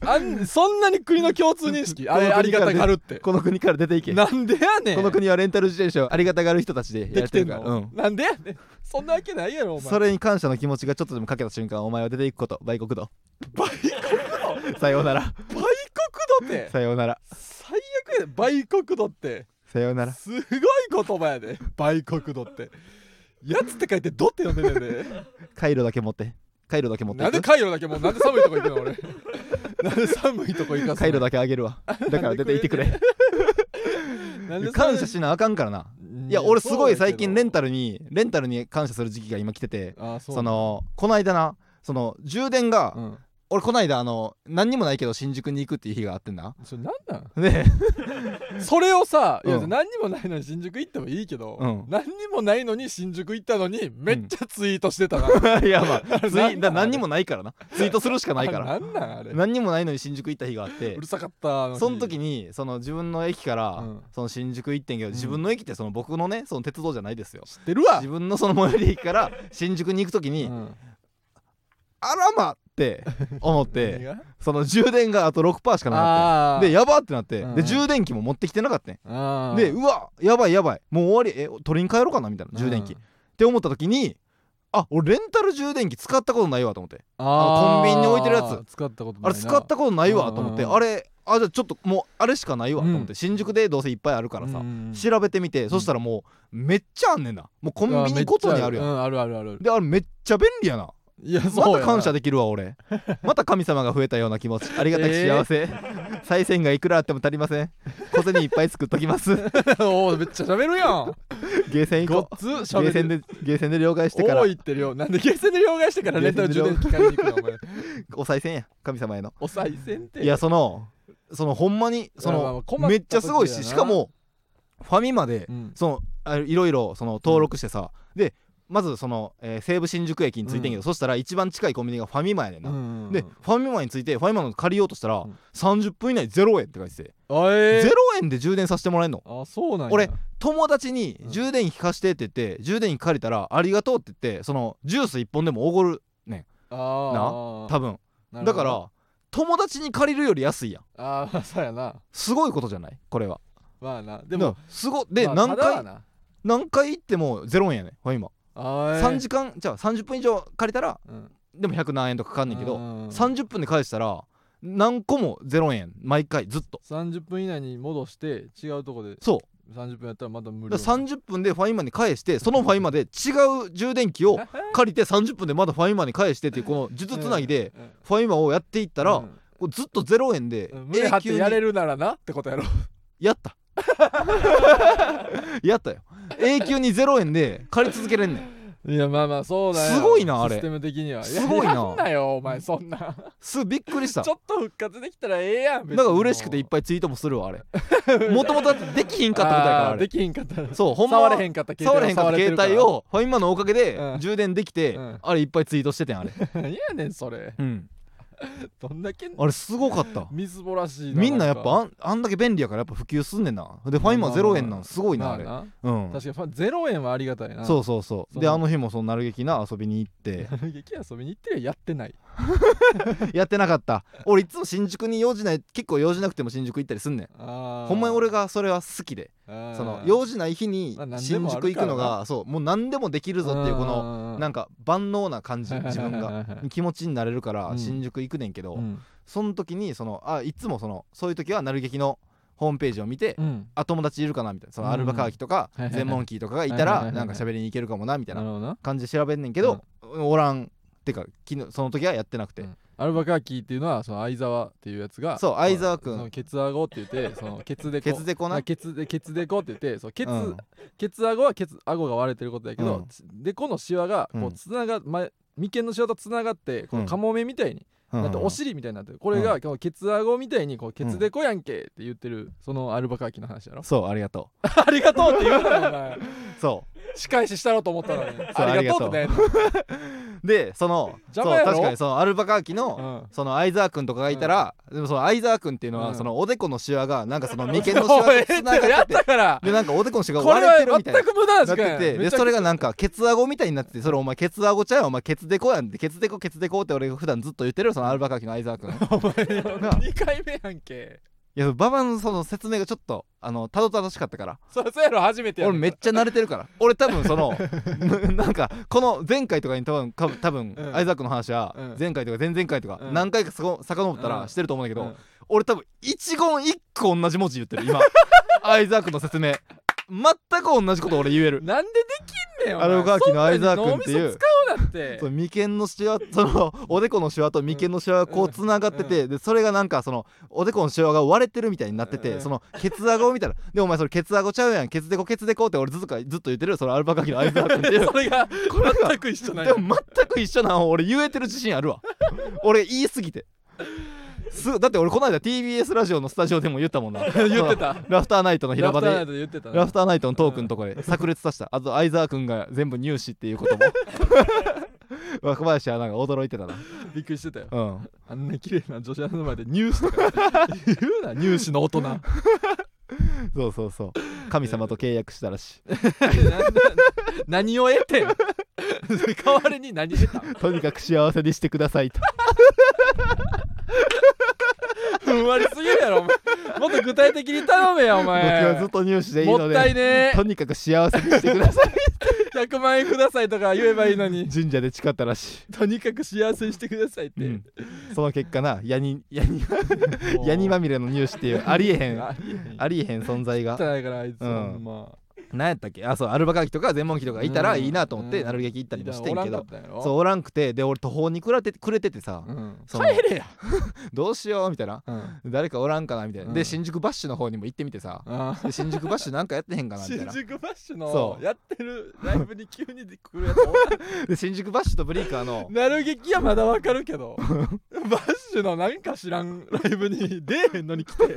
Speaker 2: あんそんなに国の共通認 識
Speaker 1: こ
Speaker 2: あ
Speaker 1: の国
Speaker 2: れありがたがあるって
Speaker 1: この国から出ていけ
Speaker 2: なんでやねん
Speaker 1: この国はレンタル自転車をありがたがる人たちで
Speaker 2: で
Speaker 1: やっ
Speaker 2: き
Speaker 1: て
Speaker 2: て
Speaker 1: る
Speaker 2: ん
Speaker 1: から
Speaker 2: の、
Speaker 1: うん
Speaker 2: なんでやねんそんなわけないやろお前
Speaker 1: それに感謝の気持ちがちょっとでもかけた瞬間お前は出ていくこと売国道
Speaker 2: 売国道
Speaker 1: さようなら
Speaker 2: 売国道って
Speaker 1: さようなら
Speaker 2: 最悪やで売国道って
Speaker 1: さようなら
Speaker 2: すごい言葉やで売国道ってやつって書いて「ど」って呼んでるよね
Speaker 1: カイロだけ持ってカイロだけ持って
Speaker 2: なんでカイロだけもうなんで寒いとこ行くの俺なんで寒いとこ行かすの
Speaker 1: カイロだけあげるわだから出ていってくれ
Speaker 2: なんで
Speaker 1: 感謝しなあかんからな
Speaker 2: 寒
Speaker 1: いや俺すごい最近レン
Speaker 2: タ
Speaker 1: タルにレンタルに感謝する時期が今来てて
Speaker 2: あそう
Speaker 1: そのこの間なその充電が、
Speaker 2: うん
Speaker 1: 俺この間あの何にもないけど新宿に行くっていう日があってんな
Speaker 2: それなんなん
Speaker 1: で
Speaker 2: それをさ、いや
Speaker 1: うん
Speaker 2: 何にもないのに新宿行ってもいいけど、
Speaker 1: うん
Speaker 2: 何にもないのに新宿行ったのにめっちゃツイートしてたな、
Speaker 1: いや まあ
Speaker 2: れ
Speaker 1: ツイ
Speaker 2: なんなん
Speaker 1: だ何にもないからなツイートするしかないから
Speaker 2: あなんなんあれう
Speaker 1: 何にもないのに新宿行った日があって
Speaker 2: るさかったのに
Speaker 1: その時にその自分の駅から、
Speaker 2: うん
Speaker 1: その新宿行ってんけど
Speaker 2: うん
Speaker 1: 自分の駅ってその僕のねその鉄道じゃないですよ
Speaker 2: 知ってるわ
Speaker 1: 自分のその最寄り駅から新宿に行く時に、
Speaker 2: うん
Speaker 1: あらまって思っ
Speaker 2: 何
Speaker 1: て
Speaker 2: が
Speaker 1: その充電があと6%しかなかっ
Speaker 2: あ
Speaker 1: た
Speaker 2: ー
Speaker 1: でやばってなって、
Speaker 2: うんう
Speaker 1: で
Speaker 2: ん
Speaker 1: 充電器も持ってきてなかったね
Speaker 2: あー
Speaker 1: でうわやばいやばいもう終わりえ取りに帰ろうかなみたいな充電器、
Speaker 2: うん
Speaker 1: って思った時にあ俺レンタル充電器使ったことないわと思ってコ
Speaker 2: あー
Speaker 1: ンビニに置いてるや
Speaker 2: 使ったことな
Speaker 1: あ
Speaker 2: い
Speaker 1: れ使ったことないわと思って、
Speaker 2: うんうん
Speaker 1: あれあじゃあちょっともうあれしかないわと思って、
Speaker 2: うん
Speaker 1: 新宿でどうせいっぱいあるからさ、
Speaker 2: うん
Speaker 1: 調べてみて、そしたらもうめっちゃあんねんなもうコンビニごとにあるやん、
Speaker 2: うあるあるある
Speaker 1: であれめっちゃ便利やない
Speaker 2: やそうや
Speaker 1: ま
Speaker 2: な
Speaker 1: た感謝できるわ俺また神様が増えたような気持ちありがたき幸せ、再銭がいくらあっても足りません小銭いっぱい作っときます
Speaker 2: おーめっちゃ喋 るやん
Speaker 1: ゲーセン
Speaker 2: ご
Speaker 1: 行
Speaker 2: っ
Speaker 1: こ
Speaker 2: つ
Speaker 1: うゲ
Speaker 2: 喋
Speaker 1: ーセン
Speaker 2: る
Speaker 1: でゲーセンで了解してから
Speaker 2: 多いってるよなんでゲーセンで両替してからレンタル充電器買いに行くのお前
Speaker 1: お賽銭や神様への
Speaker 2: お賽銭って
Speaker 1: いやそのそのほんまにそ
Speaker 2: いやまあま
Speaker 1: の
Speaker 2: あ困った
Speaker 1: めっちゃすごい
Speaker 2: 時
Speaker 1: し
Speaker 2: やな
Speaker 1: しかもファミマで
Speaker 2: うん
Speaker 1: そのあいろいろその登録してさ、でまずその、えー西武新宿駅に着いてんけど、
Speaker 2: うん
Speaker 1: そしたら一番近いコンビニがファミマやねんな、
Speaker 2: うん
Speaker 1: でファミマについてファミマの借りようとしたら、
Speaker 2: ん
Speaker 1: 30分以内0円って書いてて、
Speaker 2: あえ
Speaker 1: 0
Speaker 2: ー
Speaker 1: 円で充電させてもらえんの
Speaker 2: あそうなんや
Speaker 1: 俺友達に
Speaker 2: うん
Speaker 1: 充電器貸してって言って充電器借りたらありがとうって言ってそのジュース1本でもおごる
Speaker 2: あ
Speaker 1: 多分
Speaker 2: あ
Speaker 1: だから友達に借りるより安いやん
Speaker 2: ああそうやな
Speaker 1: すごいことじゃないこれは
Speaker 2: まあなで
Speaker 1: だ
Speaker 2: も
Speaker 1: からすごで、
Speaker 2: まあ
Speaker 1: 何
Speaker 2: ただ
Speaker 1: 回
Speaker 2: はな
Speaker 1: 何回行っても0円やねんファミマ
Speaker 2: あえー
Speaker 1: 3時間じゃあ30分以上借りたら
Speaker 2: うん
Speaker 1: でも100何円とかかかんねんけ
Speaker 2: う
Speaker 1: ど
Speaker 2: ん
Speaker 1: 30分で返したら何個も0円毎回ずっと
Speaker 2: 30分以内に戻して違うとこで
Speaker 1: そう
Speaker 2: 30分やったらまだ無
Speaker 1: だ
Speaker 2: 料
Speaker 1: から30分でファインマンに返してそのファインマンで違う充電器を借りて30分でまだファインマンに返してっていうこの術つなぎで
Speaker 2: うん
Speaker 1: ファインマンをやっていった
Speaker 2: う
Speaker 1: ら
Speaker 2: ん
Speaker 1: こうずっと0円で
Speaker 2: うん胸張
Speaker 1: 永
Speaker 2: って
Speaker 1: 久
Speaker 2: やれ
Speaker 1: に
Speaker 2: るならなってことやろ
Speaker 1: やったやったよ永久に0円で借り続けれんねん
Speaker 2: いやまあまあそうだよ
Speaker 1: すごいなあれ
Speaker 2: システム的にはや
Speaker 1: すごいな
Speaker 2: やんなよお前そんな
Speaker 1: すごいびっくりした
Speaker 2: ちょっと復活できたらええやん
Speaker 1: なんか嬉しくていっ
Speaker 2: ぱ
Speaker 1: ぱいツイートもするわあれ もともとだってできひんかったみたいからあ
Speaker 2: で
Speaker 1: れ
Speaker 2: きひんかったら
Speaker 1: そうほんま
Speaker 2: 触
Speaker 1: は
Speaker 2: れへんかった携帯
Speaker 1: 触れへんかった携帯をファインマンのおかげで
Speaker 2: うん
Speaker 1: 充電できて
Speaker 2: うん
Speaker 1: あれいっぱいツイートしててんあれ
Speaker 2: 何やねんそれ
Speaker 1: うん
Speaker 2: どんだけ
Speaker 1: あれすごかった
Speaker 2: みずぼらしい
Speaker 1: みんなやっぱ
Speaker 2: ん
Speaker 1: あんあんだけ便利やからやっぱ普及すんねんなでファインマン0円なんすごいなあれ
Speaker 2: まあ
Speaker 1: うん
Speaker 2: 確かに0円は ありがたいな
Speaker 1: そううそうそう
Speaker 2: そ
Speaker 1: で
Speaker 2: の
Speaker 1: あの日もそのなる劇な遊びに行って
Speaker 2: 劇遊びに行ってりゃやってない
Speaker 1: やってなかった俺いつも新宿に用事ない結構用事なくても新宿行ったりすんねん
Speaker 2: ほ
Speaker 1: ほんまに俺がそれは好きでその用事ない日に
Speaker 2: まあ何で
Speaker 1: 新
Speaker 2: もある
Speaker 1: 宿行くの
Speaker 2: から
Speaker 1: がそうもう何でもできるぞっていうこの
Speaker 2: の
Speaker 1: なんか万能な感じ自分 が
Speaker 2: が
Speaker 1: 気持ちになれるか
Speaker 2: う
Speaker 1: ら
Speaker 2: ん
Speaker 1: 新宿行くねんけど、その時にそのあいつもそのそういう時はなる劇のホームページを見て、あ友達いるかなみたいなそのアルバカーキとか
Speaker 2: うんはいはいはい
Speaker 1: 全問キーとかがいた
Speaker 2: はいはいはい
Speaker 1: ら
Speaker 2: はい
Speaker 1: なんか喋りに行けるかもなみたい
Speaker 2: な
Speaker 1: な
Speaker 2: るほどな
Speaker 1: 感じで調べんねんけど、おらんてか昨日その時はやってなくて、
Speaker 2: うんアルバカーキーっていうのはその相沢っていうやつが
Speaker 1: そう相沢君
Speaker 2: そのケツアゴって言ってそのケツデコ
Speaker 1: ケツデコな
Speaker 2: あケツでケツデコって言ってそうケツ、
Speaker 1: うん
Speaker 2: ケツアゴはケツアゴが割れてることだけ
Speaker 1: う
Speaker 2: ど、
Speaker 1: ん
Speaker 2: つデコのシワがこ
Speaker 1: う
Speaker 2: うんつなが、前眉間のシワとつながってこ
Speaker 1: う
Speaker 2: の
Speaker 1: ん
Speaker 2: カモメみたいに、
Speaker 1: うん
Speaker 2: だってお尻みたいになってるこれが、こうケツアゴみたいにこうケツデコやんけって言ってるそのアルバカーキーの話やろ
Speaker 1: そうありがと
Speaker 2: ありがとうって言うなお前
Speaker 1: うそう
Speaker 2: 仕返ししたろうと思ったのに
Speaker 1: そう
Speaker 2: ありがとうってね
Speaker 1: でそのそ
Speaker 2: 邪魔
Speaker 1: う
Speaker 2: やろ
Speaker 1: 確かにそのアルバカーキの、
Speaker 2: うん
Speaker 1: その相沢君とかがいたら、でもその相沢君っていうのは、
Speaker 2: うん
Speaker 1: そのおでこのシワがなんかその眉間のシ
Speaker 2: お
Speaker 1: ワ
Speaker 2: いええ
Speaker 1: とつ
Speaker 2: って
Speaker 1: な
Speaker 2: や
Speaker 1: がっ
Speaker 2: ってたから
Speaker 1: でなんかおでこのシワ
Speaker 2: こ
Speaker 1: が
Speaker 2: れ
Speaker 1: 割れてる
Speaker 2: は
Speaker 1: みたいな
Speaker 2: 全く無駄
Speaker 1: な
Speaker 2: な
Speaker 1: っ
Speaker 2: 時
Speaker 1: て
Speaker 2: 間や
Speaker 1: てで
Speaker 2: めちゃくちゃ
Speaker 1: それがなんかケツアゴみたいになっててそれお前ケツアゴちゃうよお前ケツデコやんってケツデコケツデコって俺が普段ずっと言ってるよそのアルバカーキの相沢 君い
Speaker 2: お前2回目やんけ
Speaker 1: や馬場のその説明がちょっとあのたどたどしかったから
Speaker 2: そりゃそうやろ初めてや
Speaker 1: 俺
Speaker 2: ん
Speaker 1: めっちゃ慣れてる から俺多分その なんかこの前回とかに多分多分多分
Speaker 2: うん
Speaker 1: 相沢君の話は
Speaker 2: うん
Speaker 1: 前回とか前々回とか
Speaker 2: うん
Speaker 1: 何回かさか遡ったらしてると思うんだけ
Speaker 2: う
Speaker 1: ど
Speaker 2: ん
Speaker 1: 俺多分一言一句同じ文字言ってる 今相沢君の説明全く同じこと俺言える
Speaker 2: なんでできんねんお前
Speaker 1: アルバカーキの相沢君って
Speaker 2: そん
Speaker 1: い
Speaker 2: なに脳み
Speaker 1: う
Speaker 2: そ使うなって
Speaker 1: そう眉間のシワそのおでこのシワと眉間のシワがこうつながってて、でそれがなんかそのおでこのシワが割れてるみたいになってて、
Speaker 2: うん
Speaker 1: そのケツアゴみたいなでお前それケツアゴちゃうやんケツデコケツデコって俺ずっとかずっと言ってるよそのアルバカキの相沢君っていう
Speaker 2: それが
Speaker 1: これが
Speaker 2: 全く一緒ない
Speaker 1: でも全く一緒なの俺言えてる自信ある わ俺言いすぎてすだって俺この間 TBS ラジオのスタジオでも言ったもんな
Speaker 2: 言って
Speaker 1: その
Speaker 2: た
Speaker 1: ラフターナイトの
Speaker 2: ラ
Speaker 1: 平
Speaker 2: フ
Speaker 1: 場
Speaker 2: ターナイ
Speaker 1: で
Speaker 2: トで言ってたな
Speaker 1: ラフターナイトのトークのとこで炸裂させたあと相沢君が全部入試っていう ことも若林はなんか驚いてたな
Speaker 2: びっくりしてたよ
Speaker 1: うん
Speaker 2: あんな綺麗な女子アナの前でニュース とか言うなニュースの大人なんで
Speaker 1: そうそうそう神様と契約したらし
Speaker 2: 何を得て ん代わりに何得た
Speaker 1: いとにかく幸せにしてください と
Speaker 2: ふんわりすぎるやろお前もっと具体的に頼めやお
Speaker 1: 僕は
Speaker 2: 前
Speaker 1: ずっと入試でいい
Speaker 2: も
Speaker 1: の
Speaker 2: ったい
Speaker 1: で
Speaker 2: ね
Speaker 1: とにかく幸せにしてください
Speaker 2: え100万円くださいとか言えばいいの に
Speaker 1: 神社で誓ったらし
Speaker 2: とにかく幸せにしてくださいって、
Speaker 1: い、うん、その結果なヤニヤニ
Speaker 2: も う
Speaker 1: ヤニまみれの入試っていうありえへん
Speaker 2: ありえへん
Speaker 1: ありえへん存在が
Speaker 2: 汚いからあいつ、
Speaker 1: うん
Speaker 2: ほんま
Speaker 1: 何やったっけあそうアルバカーキとか全問記とかいたらいいなと思っ
Speaker 2: う
Speaker 1: て
Speaker 2: ん
Speaker 1: なる劇行ったりもしてんけどそう
Speaker 2: そ
Speaker 1: おらんくてで俺途方にくれてくれててさ
Speaker 2: う、ん、
Speaker 1: その
Speaker 2: 帰れや、
Speaker 1: どうしようみたいな
Speaker 2: うん
Speaker 1: 誰かおらんかなみたいな、
Speaker 2: うん
Speaker 1: で新宿バッシュの方にも行ってみてさ
Speaker 2: あ
Speaker 1: で新宿バッシュなんかやってへんかなみたい
Speaker 2: 新
Speaker 1: な
Speaker 2: 宿バッシュ
Speaker 1: そ
Speaker 2: の
Speaker 1: う
Speaker 2: やってるライブに急に来るやつおら
Speaker 1: で新宿バッシュとブリーカーの
Speaker 2: んなる劇はまだわかるけどバッシュのなんか知らんライブに出えへんのに 来て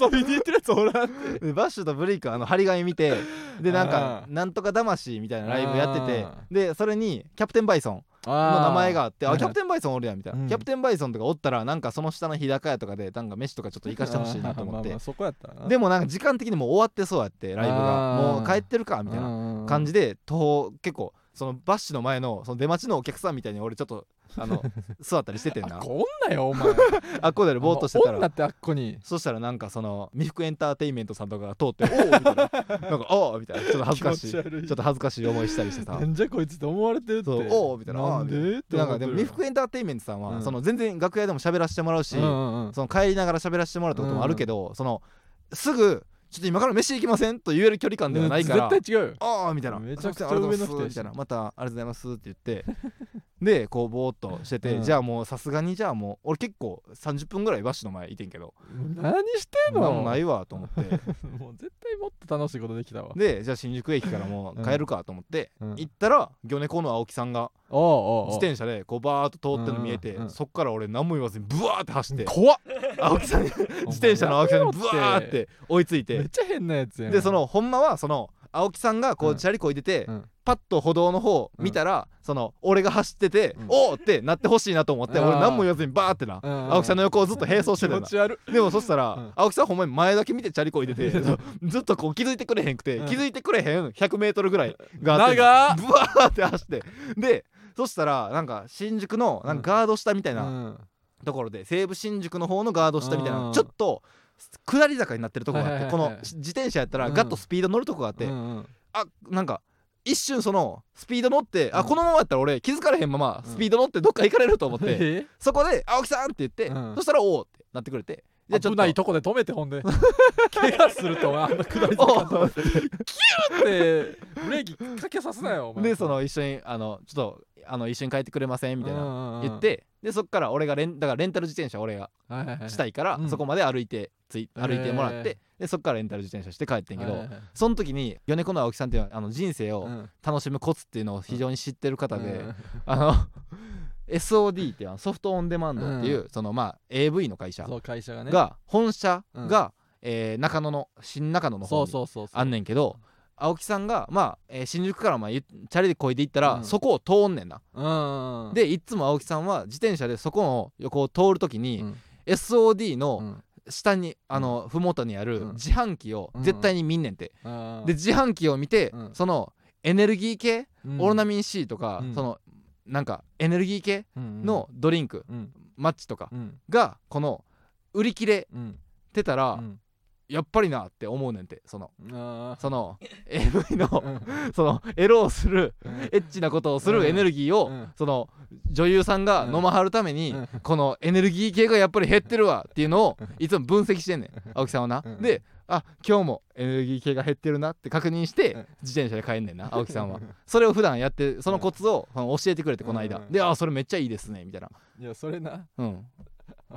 Speaker 2: 遊びに行ってるやつおらんって
Speaker 1: でバッシュとブレイクあの張り紙見てでなん
Speaker 2: あ
Speaker 1: か「
Speaker 2: ー
Speaker 1: なんとか魂」みたいなライブやってて
Speaker 2: あ
Speaker 1: でそれにキャプテンバイソンの名前があってあ
Speaker 2: はい
Speaker 1: キャプテンバイソンおるやんみたいな、
Speaker 2: うん
Speaker 1: キャプテンバイソンとかおったらなんかその下の日高屋とかでなんか飯とかちょっと行かしてほしいなと思っ
Speaker 2: あーまあま
Speaker 1: て
Speaker 2: あそこやったな
Speaker 1: でもなんか時間的にもう終わってそうやってライブが
Speaker 2: あー
Speaker 1: もう帰ってるかみたいな
Speaker 2: な
Speaker 1: 感
Speaker 2: じ
Speaker 1: じで徒歩結構そのバッシュの前のその出待ちのお客さんみたいに俺ちょっ とあの座ったりしててんな
Speaker 2: こんなよお前
Speaker 1: あっこで ぼーっとしてたら
Speaker 2: 女ってあっこに
Speaker 1: そしたらなんかその未服エンターテインメントさんとかが通って「おお!」みたいな「なんかおお!」みたいなちょっと恥ずかしい
Speaker 2: 気持ち悪い
Speaker 1: ちょっと恥ずかしい思いしたりしてさ
Speaker 2: なんじゃこいつって思われてるって
Speaker 1: そうおうみたいな
Speaker 2: なんでって
Speaker 1: でな
Speaker 2: 思
Speaker 1: んかで
Speaker 2: ってる
Speaker 1: も
Speaker 2: よ
Speaker 1: 未服エンターテインメントさんは、
Speaker 2: うん
Speaker 1: その全然楽屋でも喋らせてもらうし、
Speaker 2: うんうんうん
Speaker 1: その帰りながら喋らせてもらったこともあるけど、そのすぐ「ちょっと今から飯行きません?」と言える距離感ではないから「
Speaker 2: 絶対違うよ
Speaker 1: ああ」みたいな「
Speaker 2: めちゃくちゃ
Speaker 1: すいませんありがとうござい
Speaker 2: 上の人
Speaker 1: ま
Speaker 2: やし
Speaker 1: す」みたいな「またありがとうございます」って言ってでこうぼーっとしてて、
Speaker 2: うん
Speaker 1: じゃあもうさすがにじゃあもう俺結構30分ぐらいバッシュの前いてんけど
Speaker 2: 何してん
Speaker 1: な
Speaker 2: の
Speaker 1: んもないわと思って
Speaker 2: もう絶対もっと楽しいことで きたわ
Speaker 1: でじゃあ新宿駅からもう帰るかと思って、
Speaker 2: うん
Speaker 1: 行ったら魚猫の青木さんが
Speaker 2: おうおうおう
Speaker 1: 自転車でこうバーッと通ってるの見えて、
Speaker 2: うんうん
Speaker 1: そっから俺何も言わずにブワーって走って
Speaker 2: 怖っ
Speaker 1: 青木さんに自転車の青木さんにブワーって追いつい
Speaker 2: め
Speaker 1: て
Speaker 2: っちゃ変なやつやん
Speaker 1: でそのほんまはその青木さんがこ
Speaker 2: う
Speaker 1: うんチャリこいでて、
Speaker 2: うん
Speaker 1: パッと歩道の方見たら、その俺が走ってて、
Speaker 2: うん
Speaker 1: おーってなってほしいなと思って
Speaker 2: あー
Speaker 1: 俺何も言わずにバーってな
Speaker 2: うん
Speaker 1: 青木さんの横をずっと並走して
Speaker 2: 気
Speaker 1: たよ
Speaker 2: 持
Speaker 1: な
Speaker 2: ち悪
Speaker 1: でもそしたら、
Speaker 2: うん
Speaker 1: 青木さんほんまに前だけ見てチャリこいでてそう ずっとこう気づいてくれへんくて、
Speaker 2: うん
Speaker 1: 気づいてくれへん 100m ぐらいがあって
Speaker 2: 長っ
Speaker 1: ブワーって走ってでそしたらなんか新宿のなんかガード下みたいな
Speaker 2: うん
Speaker 1: ところで、西武新宿の方のガード下みたい
Speaker 2: うん
Speaker 1: なちょっと下り坂になってるとこがあって、
Speaker 2: はいはい
Speaker 1: こ
Speaker 2: はいはい
Speaker 1: のし自転車やったら
Speaker 2: うん
Speaker 1: ガッとスピード乗るとこがあって、
Speaker 2: うんうん
Speaker 1: あなんか一瞬そのスピード乗って、
Speaker 2: う
Speaker 1: あ
Speaker 2: ん
Speaker 1: このままやったら俺気づかれへんまま
Speaker 2: うん
Speaker 1: スピード乗ってどっか行かれると思って、
Speaker 2: え
Speaker 1: そこで「青木さん!」って言って、
Speaker 2: うん
Speaker 1: そしたら「おお!」ってなってくれてじゃあちょっ
Speaker 2: 危
Speaker 1: と
Speaker 2: ないとこで止めてほ んで怪我するとあの下り坂
Speaker 1: お
Speaker 2: のとこでブレーキかけさせなよお前
Speaker 1: でその一緒にあのちょっとあの一緒に帰ってくれませんみたいな
Speaker 2: な
Speaker 1: 言って、でそっから俺がレンだからレンタル自転車俺がしたいから、
Speaker 2: うん
Speaker 1: そこまで歩いてつい
Speaker 2: へー
Speaker 1: 歩いてもらって、でそっからレンタル自転車して帰ってんけど、
Speaker 2: はいはいはい
Speaker 1: その時に米子の青木さんっていうのはあの人生
Speaker 2: う
Speaker 1: を
Speaker 2: ん
Speaker 1: 楽しむコツっていうのを非常に知ってる方で、
Speaker 2: うん
Speaker 1: あの SOD っていうあのソフトオンデマンドっていう、そのまあ AV の会社
Speaker 2: そう会社がね
Speaker 1: が本社が、えー中野の新中野の
Speaker 2: そ
Speaker 1: 方
Speaker 2: う
Speaker 1: に
Speaker 2: そうそうそう
Speaker 1: あんねんけど青木さんがまあ、えー新宿からまあゆチャリでこいで行ったら、
Speaker 2: うん
Speaker 1: そこを通んねんな、
Speaker 2: うん
Speaker 1: でいっつも青木さんは自転車でそこの横を通るときに、
Speaker 2: うん
Speaker 1: SOD
Speaker 2: う
Speaker 1: の
Speaker 2: ん
Speaker 1: 下に、あの麓にある
Speaker 2: うん
Speaker 1: 自販機を
Speaker 2: うん
Speaker 1: 絶対に見んねんて、
Speaker 2: うん
Speaker 1: で自販機を見て、
Speaker 2: うん
Speaker 1: そのエネルギー系、
Speaker 2: うん
Speaker 1: オロナミン C とか、
Speaker 2: うん
Speaker 1: そのなんかエネルギー系
Speaker 2: うん
Speaker 1: のドリンク、
Speaker 2: うん
Speaker 1: マッチとか
Speaker 2: うん
Speaker 1: がこの売り切れ
Speaker 2: うん
Speaker 1: てたら、
Speaker 2: うん
Speaker 1: やっぱりなって思うねんてその
Speaker 2: あー
Speaker 1: その AV の
Speaker 2: うん
Speaker 1: そのエロをする
Speaker 2: うん
Speaker 1: エッチなことをするエネルギー
Speaker 2: う
Speaker 1: を
Speaker 2: ん
Speaker 1: その女優さんが飲まはるために
Speaker 2: うん
Speaker 1: このエネルギー系がやっぱり減ってるわっていうのをいつも分析してんねん青木さんはな
Speaker 2: うん
Speaker 1: であ今日もエネルギー系が減ってるなって確認して
Speaker 2: うん
Speaker 1: 自転車で帰んねんな青木さんはそれを普段やってそのコツをその教えてくれてこの間
Speaker 2: うん
Speaker 1: であそれめっちゃいいですねみたいない
Speaker 2: やそれな
Speaker 1: うん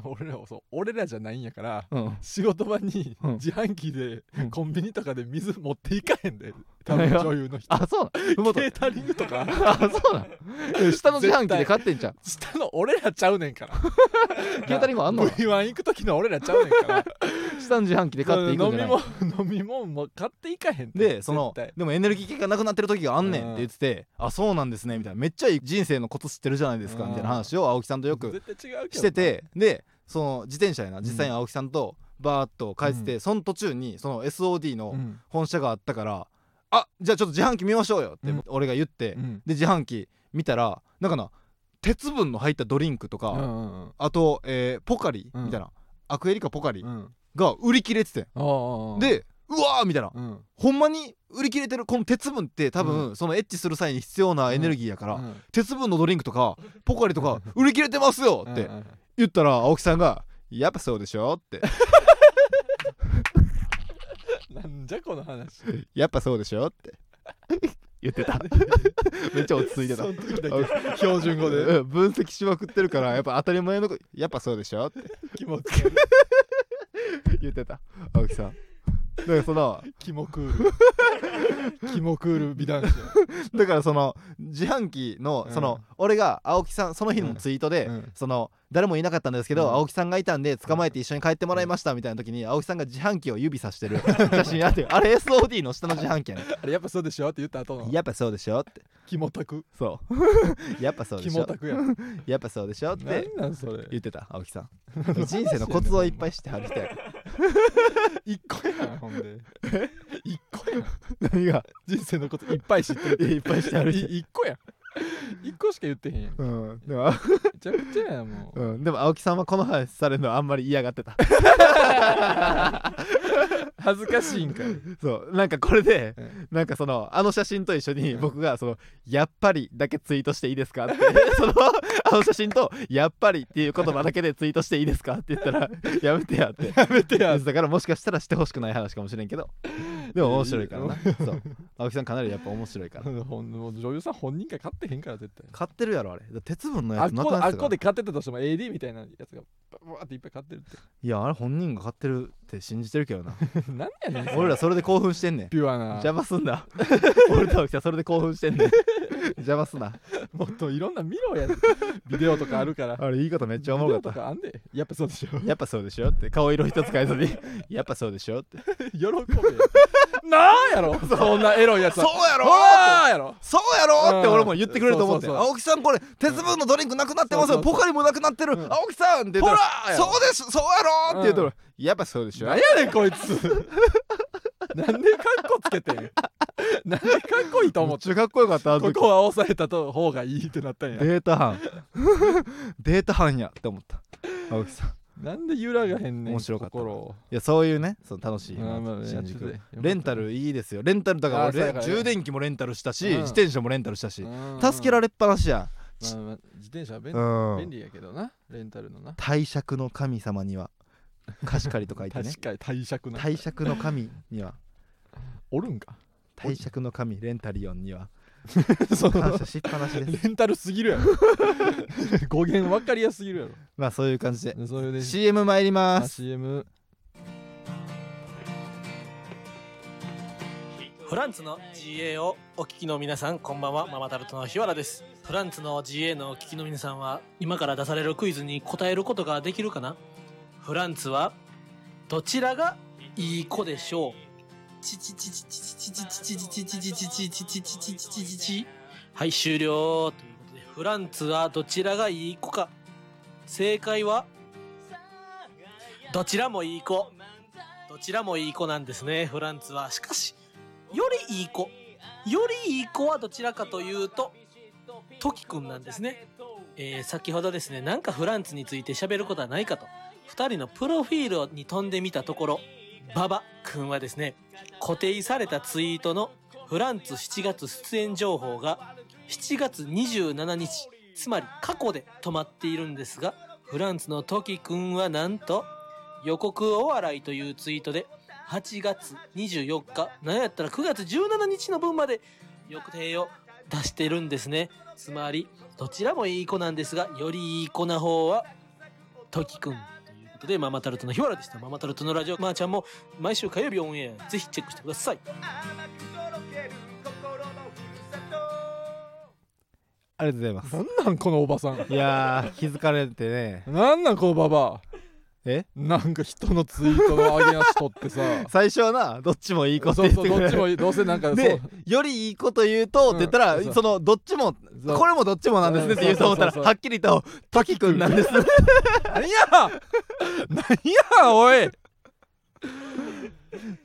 Speaker 2: 俺らそう俺らじゃないんやから
Speaker 1: うん
Speaker 2: 仕事場に
Speaker 1: うん
Speaker 2: 自販機で
Speaker 1: うん
Speaker 2: コンビニとかで水持っていかへん で多分
Speaker 1: いや
Speaker 2: 女優の人
Speaker 1: あそうなんふもと
Speaker 2: ケータリングとか
Speaker 1: あそうなんえ下の自販機で買ってんじゃん
Speaker 2: 下の俺らちゃうね んから
Speaker 1: ケータリングあんの
Speaker 2: V1 行く時の俺らちゃうねんから
Speaker 1: 下の自販機で買っていくん
Speaker 2: 飲
Speaker 1: じ
Speaker 2: み
Speaker 1: ゃない
Speaker 2: 物飲み物も買っていかへんて
Speaker 1: でその
Speaker 2: 絶対
Speaker 1: でもエネルギー系がなくなってる時があんねんって言ってて「あそうなんですね」みたいな「めっちゃいい人生のコツ知ってるじゃないですか」
Speaker 2: うん
Speaker 1: みたいな話を青木さんとよく
Speaker 2: 絶対違うけど
Speaker 1: しててでその自転車やな実際に青木さんとバーッと帰ってて、その途中にその SOD
Speaker 2: う
Speaker 1: の
Speaker 2: ん
Speaker 1: 本社があったから「あじゃあちょっと自販機見ましょうよ」って
Speaker 2: うん
Speaker 1: 俺が言って、
Speaker 2: う
Speaker 1: で
Speaker 2: ん
Speaker 1: 自販機見たらなんかな鉄分の入ったドリンクとか、
Speaker 2: うんうん
Speaker 1: あと、えーポカリ
Speaker 2: うん
Speaker 1: みたいな、アクエリカポカリ
Speaker 2: うん
Speaker 1: が売り切れてて、
Speaker 2: ああああ
Speaker 1: ん、で「うわー!」みたいな。
Speaker 2: うん
Speaker 1: ほんまに売り切れてるこの鉄分って多分、そのエッチする際に必要なエネルギーやから、
Speaker 2: うん
Speaker 1: 鉄分のドリンクとかポカリとか売り切れてますよって
Speaker 2: うんうん
Speaker 1: 言ったら青木さんが「やっぱそうでしょ」って
Speaker 2: なんじゃこの話
Speaker 1: 「やっぱそうでしょ」って言ってた めっちゃ落ち着いてた
Speaker 2: その時だ け標準語で
Speaker 1: うん分析しまくってるからやっぱ当たり前のこと「やっぱそうでしょ」って
Speaker 2: キモく
Speaker 1: 言ってた青木さんだからその
Speaker 2: キモクールキモクール 美男子
Speaker 1: だからその自販機の
Speaker 2: うん
Speaker 1: その、俺が青木さんその日のツイートで、
Speaker 2: うん
Speaker 1: その誰もいなかったんですけど、
Speaker 2: うん
Speaker 1: 青木さんがいたんで捕まえて一緒に帰ってもらいましたみたいな時に青木さんが自販機を指さして る写真あってあれ SOD の下の自販機やね
Speaker 2: あれやっぱそうでしょって言った後の
Speaker 1: やっぱそうでしょって
Speaker 2: キモタク
Speaker 1: そう やっぱそう
Speaker 2: キ
Speaker 1: でし
Speaker 2: モ
Speaker 1: ょ
Speaker 2: タクやん
Speaker 1: やっぱそうでしょって
Speaker 2: 何なんそれ
Speaker 1: 言ってた青木 さん人生のコツをいっぱいしてはる人やから
Speaker 2: 一個やんほんで 一個やん
Speaker 1: 何が
Speaker 2: 人生のこといっぱい知ってる
Speaker 1: いっぱいしてはる人
Speaker 2: い一個やん一個しか言ってへんやんめ
Speaker 1: うんでも、
Speaker 2: ちゃくちゃやん もう
Speaker 1: うん、でも青木さんはこの話されるのあんまり嫌がってた
Speaker 2: 恥ずかしいんかい
Speaker 1: そうなんかこれで
Speaker 2: うん
Speaker 1: なんかそのあの写真と一緒に
Speaker 2: うん
Speaker 1: 僕がその「やっぱり」だけツイートしていいです かってそのあの写真と「やっぱり」っていう言葉だけでツイートしていいですかって言った ら「やめてや」って
Speaker 2: やめてや
Speaker 1: だからもしかしたらしてほしくない話かもしれん けどでも面白いからなそう青木さんかなりやっぱ面白いから
Speaker 2: ほんもう女優さん本人が買ってへんから絶対
Speaker 1: 買ってるやろあれだって鉄分の
Speaker 2: あ
Speaker 1: や
Speaker 2: っ
Speaker 1: つな
Speaker 2: こ
Speaker 1: くな
Speaker 2: あ
Speaker 1: って
Speaker 2: った
Speaker 1: か
Speaker 2: こ
Speaker 1: ら
Speaker 2: で買ってたとしても AD みたいなやつがバーっていっぱい買ってるっ
Speaker 1: いやあれ本人が買ってるって信じてるけどな
Speaker 2: てなんやねんそ れ
Speaker 1: 俺らそれで興奮してん ねん
Speaker 2: ピュアな
Speaker 1: 邪魔すんな 俺と青木さんそれで興奮してんねん 邪魔すな
Speaker 2: もっといろんな見ろやビデオとかあるから
Speaker 1: あれ言い方めっちゃおも
Speaker 2: ビデ
Speaker 1: ろ
Speaker 2: オ
Speaker 1: か
Speaker 2: と
Speaker 1: った
Speaker 2: かあんでやっぱそうでしょ
Speaker 1: やっぱそうでしょって顔色一つ変えずにやっぱそうでしょって
Speaker 2: 喜べよな あやろそんなエロいやつは
Speaker 1: や
Speaker 2: ほらーやろ
Speaker 1: そうやろって
Speaker 2: うん
Speaker 1: 俺も言ってくれると思って
Speaker 2: そうそうそう
Speaker 1: 青木さんこれ鉄分のドリンクなくなってますよ
Speaker 2: そうそ
Speaker 1: ポ
Speaker 2: う
Speaker 1: カリもなくなってる
Speaker 2: うん
Speaker 1: 青木さんって言
Speaker 2: ほ
Speaker 1: っ
Speaker 2: ら
Speaker 1: た
Speaker 2: ー
Speaker 1: ら
Speaker 2: や
Speaker 1: そ
Speaker 2: ろ
Speaker 1: うですそうやろって言うと
Speaker 2: う
Speaker 1: るやっぱそうでしょ
Speaker 2: なんやねんこいつなんでカッコつけてんなんでかっこいいと
Speaker 1: め
Speaker 2: 思
Speaker 1: っ
Speaker 2: って
Speaker 1: ちゃかっこよか ったあの
Speaker 2: こ
Speaker 1: 時
Speaker 2: こは押さえたと方がいいってなったんや
Speaker 1: データ 班データ班やって思った青木さんい
Speaker 2: なんで揺らがへんねん
Speaker 1: 面白かった
Speaker 2: 心を
Speaker 1: やそういうねその楽しい
Speaker 2: まあまあ
Speaker 1: 新
Speaker 2: ちょっと
Speaker 1: 宿
Speaker 2: ね
Speaker 1: レンタルいいですよレンタルだから
Speaker 2: あそう
Speaker 1: 俺
Speaker 2: やからね
Speaker 1: 充電器もレンタルしたし
Speaker 2: うん
Speaker 1: 自転車もレンタルしたし
Speaker 2: うん
Speaker 1: 助けられっぱなしや
Speaker 2: まあまあ自転車は便
Speaker 1: う
Speaker 2: 利便
Speaker 1: ん
Speaker 2: 利やけどなレンタルのな
Speaker 1: 貸借の神様には貸し借りと書いてね
Speaker 2: 確かに貸借な
Speaker 1: 貸借の神に は
Speaker 2: おる んか
Speaker 1: 貸借の神レンタリオン には
Speaker 2: そ
Speaker 1: 感
Speaker 2: の
Speaker 1: 謝しっぱなしです
Speaker 2: レンタルすぎるやろ語源分かりやすすぎるやろ
Speaker 1: まあそういう感じで
Speaker 2: でそれで
Speaker 1: CM 参り
Speaker 2: あ
Speaker 1: ます
Speaker 2: CM
Speaker 3: フランツの GA をお聞きの皆さんこんばんはママタルトの日原ですフランツの GA のお聞きの皆さんは今から出されるクイズに答えることができるかなフランツはどちらがいい子でしょうチチチチチチチチチチチチチチチチチチチチチチはい終了ということでフランツはどちらがいい子か正解はどちらもいい子どちらもいい子なんですねフランツはしかしよりいい子よりいい子はどちらかというとトキくんなんですね、えー先ほどですねなんかフランツについて喋ることはないかと2人のプロフィールに飛んでみたところババくんはですね固定されたツイートのフランツ7月出演情報が7月27日つまり過去で止まっているんですがフランツのトキくんはなんと予告お笑いというツイートで8月24日なんやったら9月17日の分まで予定を出してるんですねつまりどちらもいい子なんですがよりいい子な方はトキくんということでママタルトの日原でしたママタルトのラジオまー、ちゃんも毎週火曜日オンエアぜひチェックしてください
Speaker 1: ありがとうございます
Speaker 2: なんなんこのおばさん
Speaker 1: いやー気づかれて ね
Speaker 2: なんなんこのババア
Speaker 1: え
Speaker 2: なんか人のツイートの上げ足取ってさ
Speaker 1: 最初はなどっちもいい子って
Speaker 2: そ
Speaker 1: 言っ
Speaker 2: うそ
Speaker 1: て
Speaker 2: う
Speaker 1: く
Speaker 2: ど
Speaker 1: れ
Speaker 2: っちもいいどうせなん か
Speaker 1: でよりいいこと言うと、って言ったら
Speaker 2: うんそう
Speaker 1: そのどっちも
Speaker 2: そう
Speaker 1: これもどっちもなんですねって言うと思ったら
Speaker 2: そうそうそうそ
Speaker 1: は
Speaker 2: う
Speaker 1: っきりと「滝くんなんです」
Speaker 2: 何や何やおい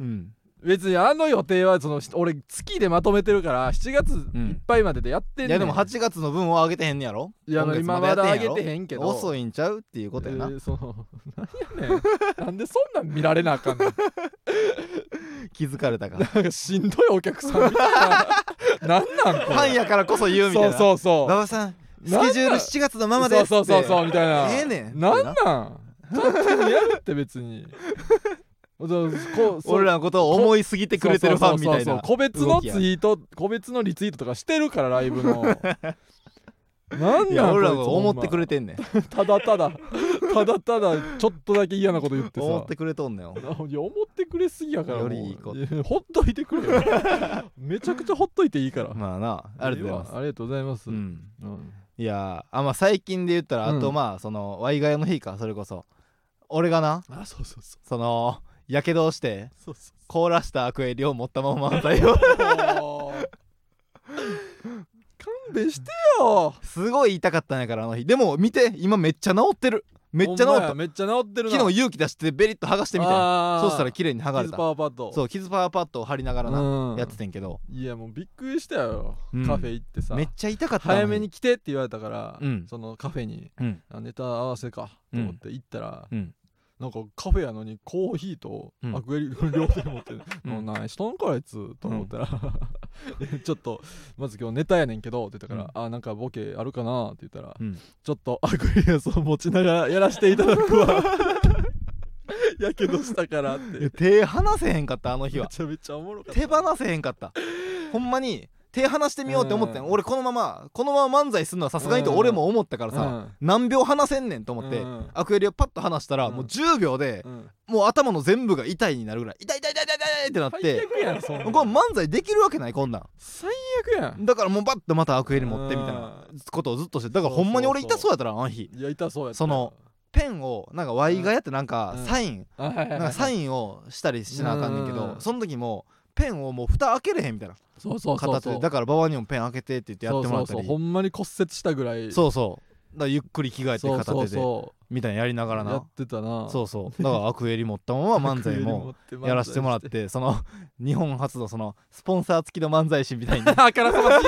Speaker 1: うん
Speaker 2: 別にあの予定はその俺月でまとめてるから7月いっぱいまででやってんねん、
Speaker 1: いやでも8月の分を上げてへんねやろ
Speaker 2: いや
Speaker 1: 今月
Speaker 2: 今まだ
Speaker 1: やってん
Speaker 2: 上
Speaker 1: や
Speaker 2: げ
Speaker 1: ろ
Speaker 2: てへんけど
Speaker 1: 遅
Speaker 2: い
Speaker 1: いんちゃうっていうことやな、
Speaker 2: その何やねんなんでそんなん見られなあかんの
Speaker 1: 気づかれた から
Speaker 2: なんかしんどいお客さんみたいななんなん
Speaker 1: フ
Speaker 2: こ
Speaker 1: ァン
Speaker 2: れ
Speaker 1: やからこそ言うみたい
Speaker 2: そう
Speaker 1: な
Speaker 2: そうそう
Speaker 1: 馬場さんスケジュール7月のままで
Speaker 2: そ
Speaker 1: す
Speaker 2: うそうそうそうみたいな
Speaker 1: ええねんって
Speaker 2: なんなん勝手にやるって 別にそうこうそう
Speaker 1: 俺らのことを思いすぎてくれてるファンみたい
Speaker 2: そうそうそうそう
Speaker 1: な
Speaker 2: 個別の
Speaker 1: 動
Speaker 2: ツ
Speaker 1: き
Speaker 2: イ
Speaker 1: や
Speaker 2: ート個別のリツイートとかしてるからライブ のなん
Speaker 1: い
Speaker 2: な
Speaker 1: や
Speaker 2: ん
Speaker 1: 俺ら
Speaker 2: こい
Speaker 1: が
Speaker 2: つ
Speaker 1: 思ってくれ
Speaker 2: ほ
Speaker 1: てんねん
Speaker 2: んまただただただただちょっとだけ嫌なこと言ってさ
Speaker 1: 思ってくれとんねん
Speaker 2: いや思ってくれすぎやからもう
Speaker 1: よりいいこと
Speaker 2: やほっといてくれよ めちゃくちゃほっといていいから
Speaker 1: まあなありがとうございます
Speaker 2: ありがとうございます、
Speaker 1: うん
Speaker 2: うん
Speaker 1: いやーあまあ最近で言ったら、
Speaker 2: うん
Speaker 1: あとまあそのワイガヤの日かそれこそ俺がな
Speaker 2: あそうそうそう
Speaker 1: そのやけどをして
Speaker 2: そうそう
Speaker 1: 凍らしたアクエリを持ったまま漫才を
Speaker 2: もう勘弁してよ
Speaker 1: すごい痛かったんやからあの日でも見て今めっちゃ治ってるめっちゃ治
Speaker 2: ほん
Speaker 1: っ
Speaker 2: まや
Speaker 1: た
Speaker 2: めっちゃ治ってるな
Speaker 1: 昨日勇気出してベリッと剥がしてみた
Speaker 2: あー
Speaker 1: そうしたら綺麗に剥がれ
Speaker 2: キズ
Speaker 1: た
Speaker 2: パワーパッド
Speaker 1: そう傷パワーパッドを貼りながらな、
Speaker 2: うん
Speaker 1: やっててんけど
Speaker 2: いやもうびっくりしたよ、
Speaker 1: うん
Speaker 2: カフェ行ってさ
Speaker 1: めっちゃ痛かったの
Speaker 2: 早めに来てって言われたから、
Speaker 1: うん
Speaker 2: そのカフェに
Speaker 1: うん
Speaker 2: あネタ合わせかと思って行ったら、
Speaker 1: うん
Speaker 2: なんかカフェやのにコーヒーと
Speaker 1: うん
Speaker 2: アクエリル両手に持っ て、
Speaker 1: うん
Speaker 2: もう何しとんかあいつと思ったら、で ちょっとまず今日ネタやねんけどって言ったから、あなんかボケあるかなって言ったら、
Speaker 1: うん
Speaker 2: ちょっとアクエリアスを持ちながらやらせていただ くわやけどしたからって
Speaker 1: いや手離せへんかったあの日
Speaker 2: め
Speaker 1: は
Speaker 2: ちゃめちゃおもろかった
Speaker 1: 手放せへんかったほんまに手離してみようって思ってん、
Speaker 2: うん
Speaker 1: 俺このままこのまま漫才するのはさすがにと俺も思ったからさ、何秒離せんねんと思って、
Speaker 2: うん
Speaker 1: アクエリをパッと離したら、
Speaker 2: うん
Speaker 1: もう10秒で
Speaker 2: う、んうん
Speaker 1: もう頭の全部が痛いになるぐらい痛い痛い痛い痛い痛いってなっ
Speaker 2: 最
Speaker 1: て
Speaker 2: 悪やんそんなん
Speaker 1: これ漫才できるわけないこんなん
Speaker 2: 最悪やん
Speaker 1: だからもうバッとまたアクエリ持ってみたいなことをずっとしてだからほんまに俺痛そうやったらあの日
Speaker 2: いや痛そうやった
Speaker 1: そのペンをなんかワイガヤってなんか
Speaker 2: うん
Speaker 1: サイン、
Speaker 2: あはいはいはい
Speaker 1: なんかサインをしたりしなあかんねんけど、
Speaker 2: うん
Speaker 1: その時もペンをもう蓋開けれへんみたいな
Speaker 2: そうそうそう
Speaker 1: 形でだから馬場にもペン開けてって言ってやってもらった
Speaker 2: そうそう
Speaker 1: り
Speaker 2: そうほんまに骨折したぐらい
Speaker 1: そうそうだからゆっくり着替えて
Speaker 2: そう
Speaker 1: 片手で
Speaker 2: そうそ
Speaker 1: みたいなやりながら
Speaker 2: や
Speaker 1: な
Speaker 2: ってたな
Speaker 1: そうそうだからアクエリ持ったまま漫才もやらせてもらってその 日本初のそのスポンサー付きの漫才師 みたいに
Speaker 2: あからさましい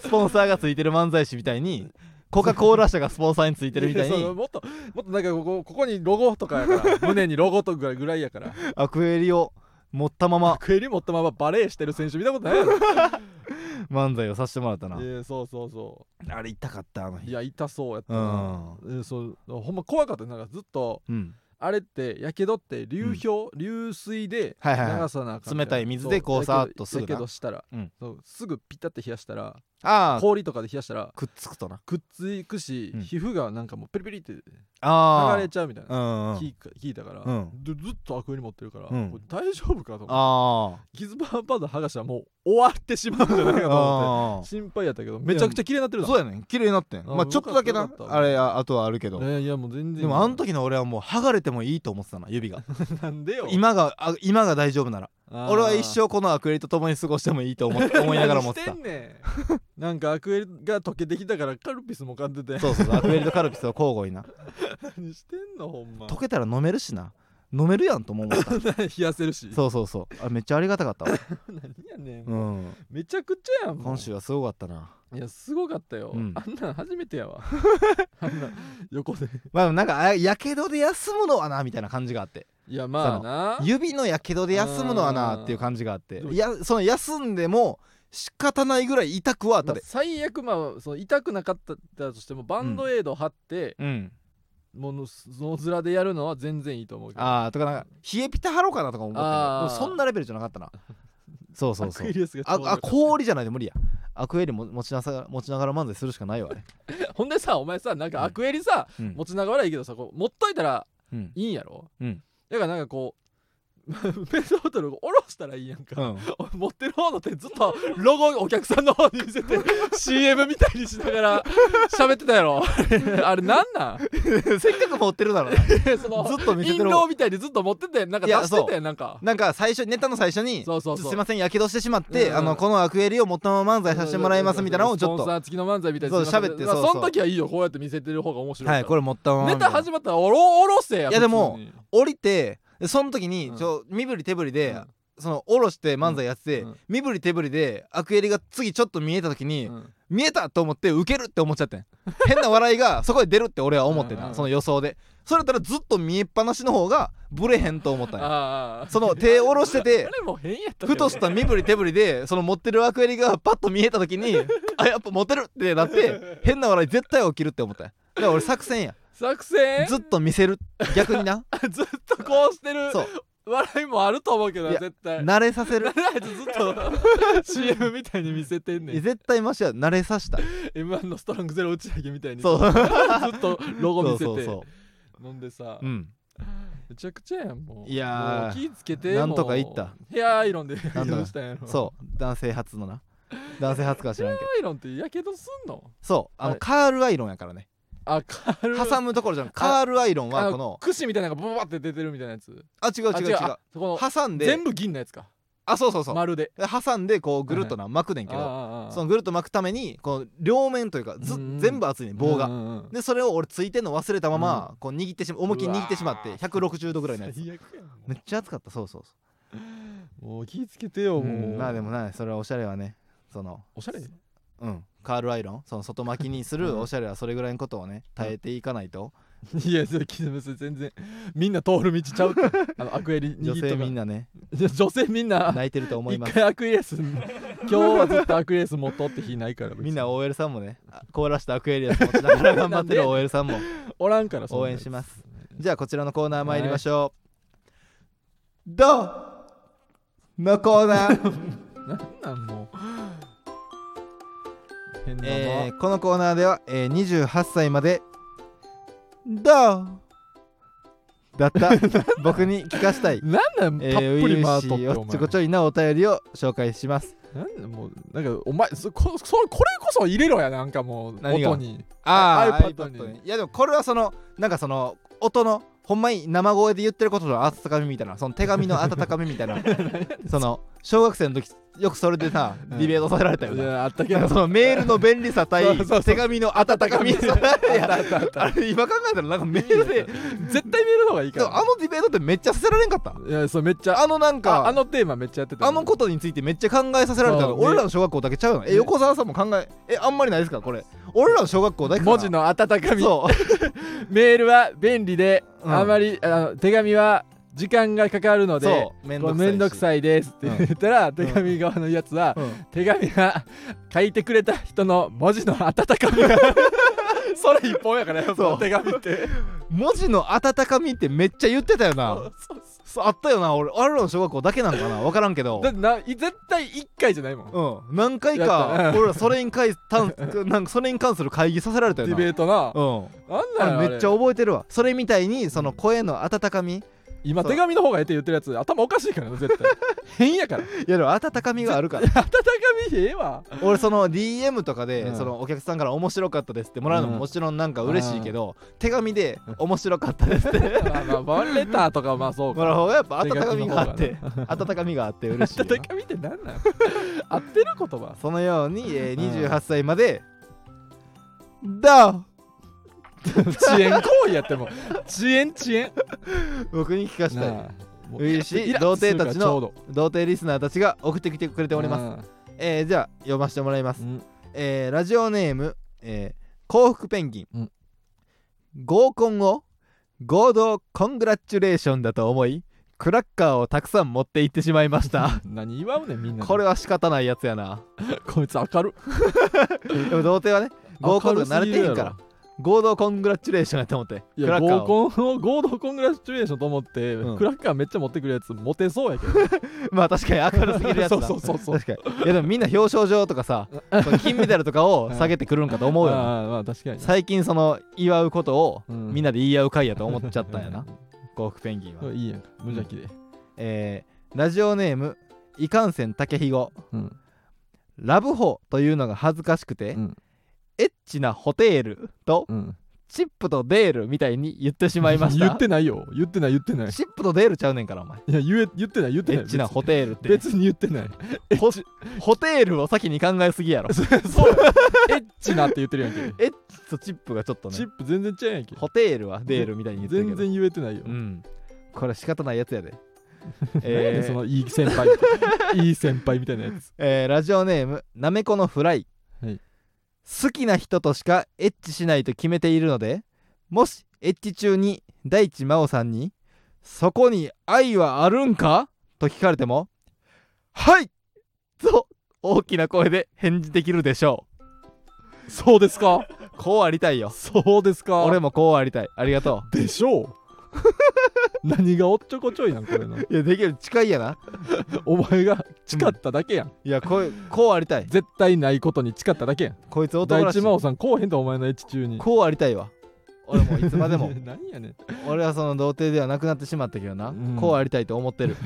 Speaker 1: スポンサーがついてる漫才師みたい にコカ・コーラ社がスポンサーについてるみたい
Speaker 2: や そう
Speaker 1: に
Speaker 2: もっともっとなんかここここにロゴとかやから胸にロゴとかぐらいやから
Speaker 1: アクエリを持ったまま
Speaker 2: クエリ持ったままバレーしてる選手見たことないや ろ
Speaker 1: 漫才をさせてもらったない
Speaker 2: やそうそうそ
Speaker 1: あれ痛かったあの
Speaker 2: うい
Speaker 1: 日
Speaker 2: や痛そうやった
Speaker 1: う
Speaker 2: な、
Speaker 1: ん
Speaker 2: えそうほんま怖かったなんかずっと
Speaker 1: うん
Speaker 2: あれってやけどって流氷、流水で
Speaker 1: はい
Speaker 2: 流
Speaker 1: はいはい
Speaker 2: さなあかんみたな、
Speaker 1: 冷たい水でこう
Speaker 2: そ
Speaker 1: さーっとすぐ
Speaker 2: や
Speaker 1: な
Speaker 2: けどしたら、
Speaker 1: うん
Speaker 2: そうすぐピタって冷やしたら
Speaker 1: ああ
Speaker 2: 氷とかで冷やしたら
Speaker 1: くっつくとな
Speaker 2: くっついくし、
Speaker 1: うん
Speaker 2: 皮膚がなんかもうペリペリって流
Speaker 1: ああ
Speaker 2: れちゃうみたいな
Speaker 1: うんうん
Speaker 2: 聞いか聞いたから、
Speaker 1: うん
Speaker 2: ずずっとアクエリ持ってるから、
Speaker 1: うん
Speaker 2: これ大丈夫かと思って
Speaker 1: あ
Speaker 2: ギズパンパンの剥がしはもう終わってしまうんじ ゃないかと思
Speaker 1: あ
Speaker 2: って心配やったけどめちゃくちゃ綺麗になってるな
Speaker 1: そうやねん綺麗になってん
Speaker 2: あ
Speaker 1: まあちょっとだけ
Speaker 2: よ
Speaker 1: な
Speaker 2: かったよか
Speaker 1: あ
Speaker 2: った
Speaker 1: れああとはあるけど
Speaker 2: ねいやもう全然
Speaker 1: でもあの時の俺はもう剥がれてもいいと思ってたな指が
Speaker 2: なんでよ
Speaker 1: 今があ今が大丈夫なら
Speaker 2: あー
Speaker 1: 俺は一生このアクエリと共に過ごしてもいいと思 って思いながら持って
Speaker 2: 何
Speaker 1: た
Speaker 2: してんねんなんかアクエリが溶けてきたからカルピスも買ってて
Speaker 1: そうそうそうアクエリとカルピスを交互にな
Speaker 2: 何してんのほんま
Speaker 1: 溶けたら飲めるしな飲めるやんとも思った
Speaker 2: 冷やせるし
Speaker 1: そうそうそうあめっちゃありがたかったわ
Speaker 2: 何やねん、
Speaker 1: うん
Speaker 2: めちゃくちゃやんもう
Speaker 1: 今週はすごかったない
Speaker 2: やすごかったよ、
Speaker 1: うん
Speaker 2: あんなん初めて やわあんな横で
Speaker 1: まあなんかあやけどで休むのはなみたいな感じがあって
Speaker 2: いやまあな
Speaker 1: 指のやけどで休むのはなっていう感じがあって
Speaker 2: うん
Speaker 1: いやその休んでも仕方ないぐらい痛くはあった
Speaker 2: まあ
Speaker 1: で、
Speaker 2: 最悪まあその痛くなかったとしてもバンドエイド貼って、
Speaker 1: うん
Speaker 2: ものその面でやるのは全然いいと思うけど
Speaker 1: あーとかなんか冷えピタ貼ろうかなとか思ったけど
Speaker 2: あー
Speaker 1: でもそんなレベルじゃなかったなそうそうそ
Speaker 2: ア
Speaker 1: う
Speaker 2: クエリアスがちょ
Speaker 1: あ
Speaker 2: うどよ
Speaker 1: あ
Speaker 2: かった
Speaker 1: 氷じゃないと無理やアクエリも持ちなさ持ちながら漫才するしかないわあれ
Speaker 2: ほんでさお前さなん
Speaker 1: う
Speaker 2: か
Speaker 1: ん
Speaker 2: アクエリさ、
Speaker 1: うん
Speaker 2: 持ちながらいいけどさこう持っといたら
Speaker 1: うん
Speaker 2: いいんやろ、
Speaker 1: うん
Speaker 2: だからなんかこうペットボトルを下ろしたらいいやん
Speaker 1: う
Speaker 2: か、
Speaker 1: ん
Speaker 2: お前持ってる方の手ずっとロゴお客さんの方に見せ て CM みたいにしながら喋ってた やろあれなんなん
Speaker 1: せっかく持ってるだろうなず
Speaker 2: その
Speaker 1: っと見せ
Speaker 2: 印
Speaker 1: てる
Speaker 2: 籠みたいにずっと持っててなん
Speaker 1: い
Speaker 2: か出
Speaker 1: や
Speaker 2: してたやんなんか
Speaker 1: なんか最初ネタの最初に
Speaker 2: そうそうそう
Speaker 1: すいませんやけどしてしまっ
Speaker 2: う
Speaker 1: て
Speaker 2: ん
Speaker 1: あのこのアクエリを持ったまま漫才させてもらいますみたいなのをちょっ
Speaker 2: スポン
Speaker 1: と
Speaker 2: サー付きの漫才みたいな
Speaker 1: そう喋って
Speaker 2: まあ
Speaker 1: そうそう
Speaker 2: その時はいいよこうやって見せてる方が面白い
Speaker 1: はいこれ持ったまま
Speaker 2: ネ
Speaker 1: みた
Speaker 2: タ
Speaker 1: いな
Speaker 2: 始まったらおろおろせや
Speaker 1: いやでも
Speaker 2: 普通に
Speaker 1: 降りてでその時に
Speaker 2: うん
Speaker 1: ちょ身振り手振り
Speaker 2: う
Speaker 1: で
Speaker 2: ん
Speaker 1: その下ろして漫才やってて、
Speaker 2: うん
Speaker 1: 身振り手振りでアクエリが次ちょっと見えた時に、
Speaker 2: うん
Speaker 1: 見えたと思ってウケるって思っちゃってん変な笑いがそこで出るって俺は思って
Speaker 2: うんうん
Speaker 1: なその予想でそれだったらずっと見えっぱなしの方がブレへんと思ったんや
Speaker 2: ああ
Speaker 1: その手下ろして
Speaker 2: あ
Speaker 1: て
Speaker 2: れもう変やったけどね
Speaker 1: ふとした身振り手振りでその持ってるアクエリがパッと見えた時に あやっぱモテるってなって変な笑い絶対起きるって思ったんやだから俺作戦や
Speaker 2: 作戦
Speaker 1: ずっと見せる逆にな
Speaker 2: ずっとこうしてる
Speaker 1: そう
Speaker 2: 笑いもあると思うけど
Speaker 1: いや
Speaker 2: 絶対
Speaker 1: 慣れさせる
Speaker 2: なんであいつずっと CM みたいに見せてんねん
Speaker 1: 絶対マシや慣れさ したい
Speaker 2: M1 のストロングゼロ打ち上げみたいにず
Speaker 1: そう
Speaker 2: っとロゴ見せて
Speaker 1: そうそうそ
Speaker 2: 飲んでさ
Speaker 1: ううん
Speaker 2: めちゃくちゃやんもう
Speaker 1: いやー
Speaker 2: もう気ぃつけて
Speaker 1: なんとか
Speaker 2: もう
Speaker 1: 言った
Speaker 2: ヘアアイロンで
Speaker 1: とか
Speaker 2: 移動したんやろ
Speaker 1: そう男性初のな男性初かは知らんけど
Speaker 2: ヘアアイロンってやけどすんの
Speaker 1: そうあの、
Speaker 2: はい
Speaker 1: カールアイロンやからね
Speaker 2: あ軽い
Speaker 1: 挟むところじゃんカールアイロンはこの
Speaker 2: 串みたいなのがボバって出てるみたいなやつ
Speaker 1: あ違う
Speaker 2: あ
Speaker 1: 違う違う
Speaker 2: あそこの
Speaker 1: 挟んで
Speaker 2: 全部銀のやつか
Speaker 1: あそうそうそう
Speaker 2: 丸で
Speaker 1: で挟んでこうぐるっとな巻くねんけど
Speaker 2: あ
Speaker 1: そ
Speaker 2: の
Speaker 1: のぐるっと巻くためにこの両面というかず
Speaker 2: うんうん
Speaker 1: 全部熱いねん棒が
Speaker 2: が
Speaker 1: でそれを俺ついてんの忘れたままこう握ってしま思いっきり握ってしまって
Speaker 2: うわ
Speaker 1: 160度ぐらいのやつ
Speaker 2: 最悪やんも
Speaker 1: めっちゃ熱かったそうそう
Speaker 2: うもう気ぃつけてよ
Speaker 1: そう
Speaker 2: もう、
Speaker 1: うんまあでもなそれはおしゃれはねその
Speaker 2: おしゃれ
Speaker 1: うん、カールアイロンその外巻きにするおしゃれはそれぐらいのことをね耐えていかないと、
Speaker 2: いやそれ気づ全然みんな通る道ちゃうってあのアクエリ握
Speaker 1: 女
Speaker 2: っとか
Speaker 1: 性みん
Speaker 2: な
Speaker 1: なね
Speaker 2: 女性みんな
Speaker 1: 泣いてると思い
Speaker 2: 一
Speaker 1: ます
Speaker 2: 回アクエリアス今日はずっとアクエリアス持っとって日ないから別に
Speaker 1: みんな OL さんもねあ凍らしたアクエリアス持ちながら頑張ってる
Speaker 2: なんで
Speaker 1: OL さんも
Speaker 2: おらんからそん
Speaker 1: 応
Speaker 2: なや
Speaker 1: 援
Speaker 2: つ
Speaker 1: しますじゃあこちらのコーナー参りましょう、どうのコー ナー、
Speaker 2: なんなんもう変なま、
Speaker 1: えーこのコーナーでは、えー、28歳までどうだった 僕に聞かしたい
Speaker 2: なんなん
Speaker 1: え
Speaker 2: たっ
Speaker 1: ー、
Speaker 2: ぷ
Speaker 1: 初
Speaker 2: り回
Speaker 1: 々
Speaker 2: っと
Speaker 1: し
Speaker 2: っ
Speaker 1: てい
Speaker 2: お
Speaker 1: おっちょこち
Speaker 2: 前
Speaker 1: ょいなお便りを紹介します
Speaker 2: なんなんもうなんかお前そこそこれこそ入れろやなんかもう
Speaker 1: 何が
Speaker 2: 音に
Speaker 1: ああ
Speaker 2: iPad
Speaker 1: iPad
Speaker 2: に
Speaker 1: にいやでもこれはそのなんかその音の ほんまに生声で言ってることの温かみみたいなその手紙の温かみみたいなその小学生の時よくそれでさ、
Speaker 2: うん
Speaker 1: ディベートさせられたよ
Speaker 2: い
Speaker 1: な
Speaker 2: やあったけ
Speaker 1: なん
Speaker 2: ど
Speaker 1: かそのメールの便利さ
Speaker 2: そう
Speaker 1: 対
Speaker 2: そうそう
Speaker 1: 手紙の温かみい や
Speaker 2: あったあった
Speaker 1: あれ今考えたらなんかメールで
Speaker 2: 絶対見る方がいい
Speaker 1: で
Speaker 2: か
Speaker 1: もあ
Speaker 2: ら
Speaker 1: のディベートってめっちゃさせられんかった
Speaker 2: いやそうめっちゃ
Speaker 1: あのなん
Speaker 2: あ
Speaker 1: か
Speaker 2: あのテーマめっちゃやってた
Speaker 1: あのことについてめっちゃ考えさせられたの
Speaker 2: そうね
Speaker 1: 俺らの小学校だけちゃうのえ
Speaker 2: ね
Speaker 1: 横澤さんも考ええあんまりないですかこれ俺らの小学校だけかな
Speaker 2: 文字の温かみ
Speaker 1: そう
Speaker 2: メールは便利で、
Speaker 1: うん
Speaker 2: あまりあの手紙は時間がかかるので
Speaker 1: そうめ
Speaker 2: こうめんどく
Speaker 1: い
Speaker 2: さいですって言ったら、手紙側のやつは、
Speaker 1: し、うん
Speaker 2: 手紙が書いてくれた人の文字の温かみが それ一本やからやっ
Speaker 1: そ
Speaker 2: ぱ
Speaker 1: う
Speaker 2: 手紙って
Speaker 1: 文字の温かみってめっちゃ言ってたよ
Speaker 2: そ
Speaker 1: な
Speaker 2: うそう
Speaker 1: そうあったよな俺俺らの小学校だけなんかな分からんけど
Speaker 2: だってな絶対1回じゃないもん
Speaker 1: うん、何回
Speaker 2: や
Speaker 1: か
Speaker 2: っ た
Speaker 1: 俺らそれに関たん なんかそれに関する会議させられた
Speaker 2: デ
Speaker 1: よ
Speaker 2: ィ
Speaker 1: な
Speaker 2: ベートな、
Speaker 1: うん、
Speaker 2: なんなん
Speaker 1: あ
Speaker 2: や
Speaker 1: れ
Speaker 2: あれ
Speaker 1: めっちゃ覚えてるわそれみたいにその声の温かみい
Speaker 2: 今
Speaker 1: そう
Speaker 2: 手紙の方がええって言ってるやつ頭おかしいからな絶対 変やから
Speaker 1: やでも温かみがあるから
Speaker 2: 温かみええわ
Speaker 1: 俺その DM とかで、
Speaker 2: うん
Speaker 1: そのお客さんから面白かったですってもらうのも
Speaker 2: うん
Speaker 1: もちろんなんか嬉しいけど、手紙で面白かったですって
Speaker 2: まあまあワンレターとかはまあそ
Speaker 1: も
Speaker 2: うから
Speaker 1: う方がやっぱ温かみがあっ
Speaker 2: 手
Speaker 1: て温かみがあって嬉 しいよな
Speaker 2: 温かみって何 なん合ってる言葉
Speaker 1: そのように、えー
Speaker 2: うん
Speaker 1: 28歳まで、だ
Speaker 2: 遅延行為やっても遅延遅延
Speaker 1: 僕に聞かせたい
Speaker 2: なあもう
Speaker 1: 嬉しい
Speaker 2: イラッとするか
Speaker 1: 童貞た
Speaker 2: ら
Speaker 1: ちの
Speaker 2: ちょうど
Speaker 1: 童貞リスナーたちが送ってきてくれております、
Speaker 2: ます
Speaker 1: えーじゃあ読ませてもらいます、
Speaker 2: うん
Speaker 1: えーラジオネーム、えー幸福ペンギン、
Speaker 2: うん
Speaker 1: 合コンを合同コングラッチュレーションだと思いクラッカーをたくさん持って行ってしまいました
Speaker 2: 何言わんねんみん な
Speaker 1: これは仕方ないやつや な
Speaker 2: こいつ明る
Speaker 1: でも童貞はね合コンとか慣れてへんか
Speaker 2: 明
Speaker 1: ら合同コングラッチュレーションやと思って
Speaker 2: い
Speaker 1: ク
Speaker 2: や
Speaker 1: ラッカー
Speaker 2: 合
Speaker 1: を
Speaker 2: コンを合同コングラチュレーションと思って、
Speaker 1: うん
Speaker 2: クラッカーめっちゃ持ってくるやつモテそうやけど
Speaker 1: まあ確かに明るすぎるやつだ
Speaker 2: そうそうそうそう
Speaker 1: 確かにいやでもみんな表彰状とか さその金メダルとかを下げてくるんかと思うよな
Speaker 2: ああまあ確かにな
Speaker 1: 最近その祝うことを
Speaker 2: うん
Speaker 1: みんなで言い合う会やと思っちゃったんやな幸福ペンギンは、
Speaker 2: いいやんか無邪気で、
Speaker 1: えーラジオネームいかんせんたけひご
Speaker 2: うん
Speaker 1: ラブホというのが恥ずかしくて、
Speaker 2: うん
Speaker 1: エッチなホテールと
Speaker 2: うん、
Speaker 1: チップとデールみたいに言ってしまいました
Speaker 2: 言ってないよ言ってない言ってない
Speaker 1: チップとデールちゃうねんからお 前
Speaker 2: いや言え言ってない言って
Speaker 1: エ
Speaker 2: ない
Speaker 1: ッチなホテールって
Speaker 2: 別に言ってない
Speaker 1: ほホテールを先に考えすぎやろ
Speaker 2: そうや エッチなって言ってるやんけ
Speaker 1: エッチとチップがちょっとね
Speaker 2: チップ全然違うやんけ
Speaker 1: ホテールはデールみたいに言ってるけ
Speaker 2: 全
Speaker 1: ど
Speaker 2: 然言えてないよ、
Speaker 1: うんこれ仕方ないやつ やで
Speaker 2: なん
Speaker 1: え
Speaker 2: でそ
Speaker 1: ー
Speaker 2: のいい先輩 いい先輩みたいなやつ
Speaker 1: えーラジオネームなめこのフライ、
Speaker 2: はい
Speaker 1: 好きな人としかエッチしないと決めているのでもしエッチ中に大地真央さんに「そこに愛はあるんか?」と聞かれても「はい!」と大きな声で返事できるでしょ
Speaker 2: そうですか
Speaker 1: うこうありたいよ
Speaker 2: そうですか
Speaker 1: 俺もこうありたいありがと
Speaker 2: でしょう 何がおっちょこちょいなんこれな
Speaker 1: ういやできる近いやな
Speaker 2: お前が誓っただけやん、
Speaker 1: いやこうこうありたい
Speaker 2: 絶対ないことに誓っただけやん
Speaker 1: こいつ男
Speaker 2: 大
Speaker 1: らし
Speaker 2: 地
Speaker 1: い
Speaker 2: 真央さんこうへんとお前のエッチ中 に
Speaker 1: こうありたいわ俺もいつまでも
Speaker 2: 何やねん
Speaker 1: 俺はその童貞ではなくなってしまったけどな、
Speaker 2: うん
Speaker 1: こうありたいと思 ってる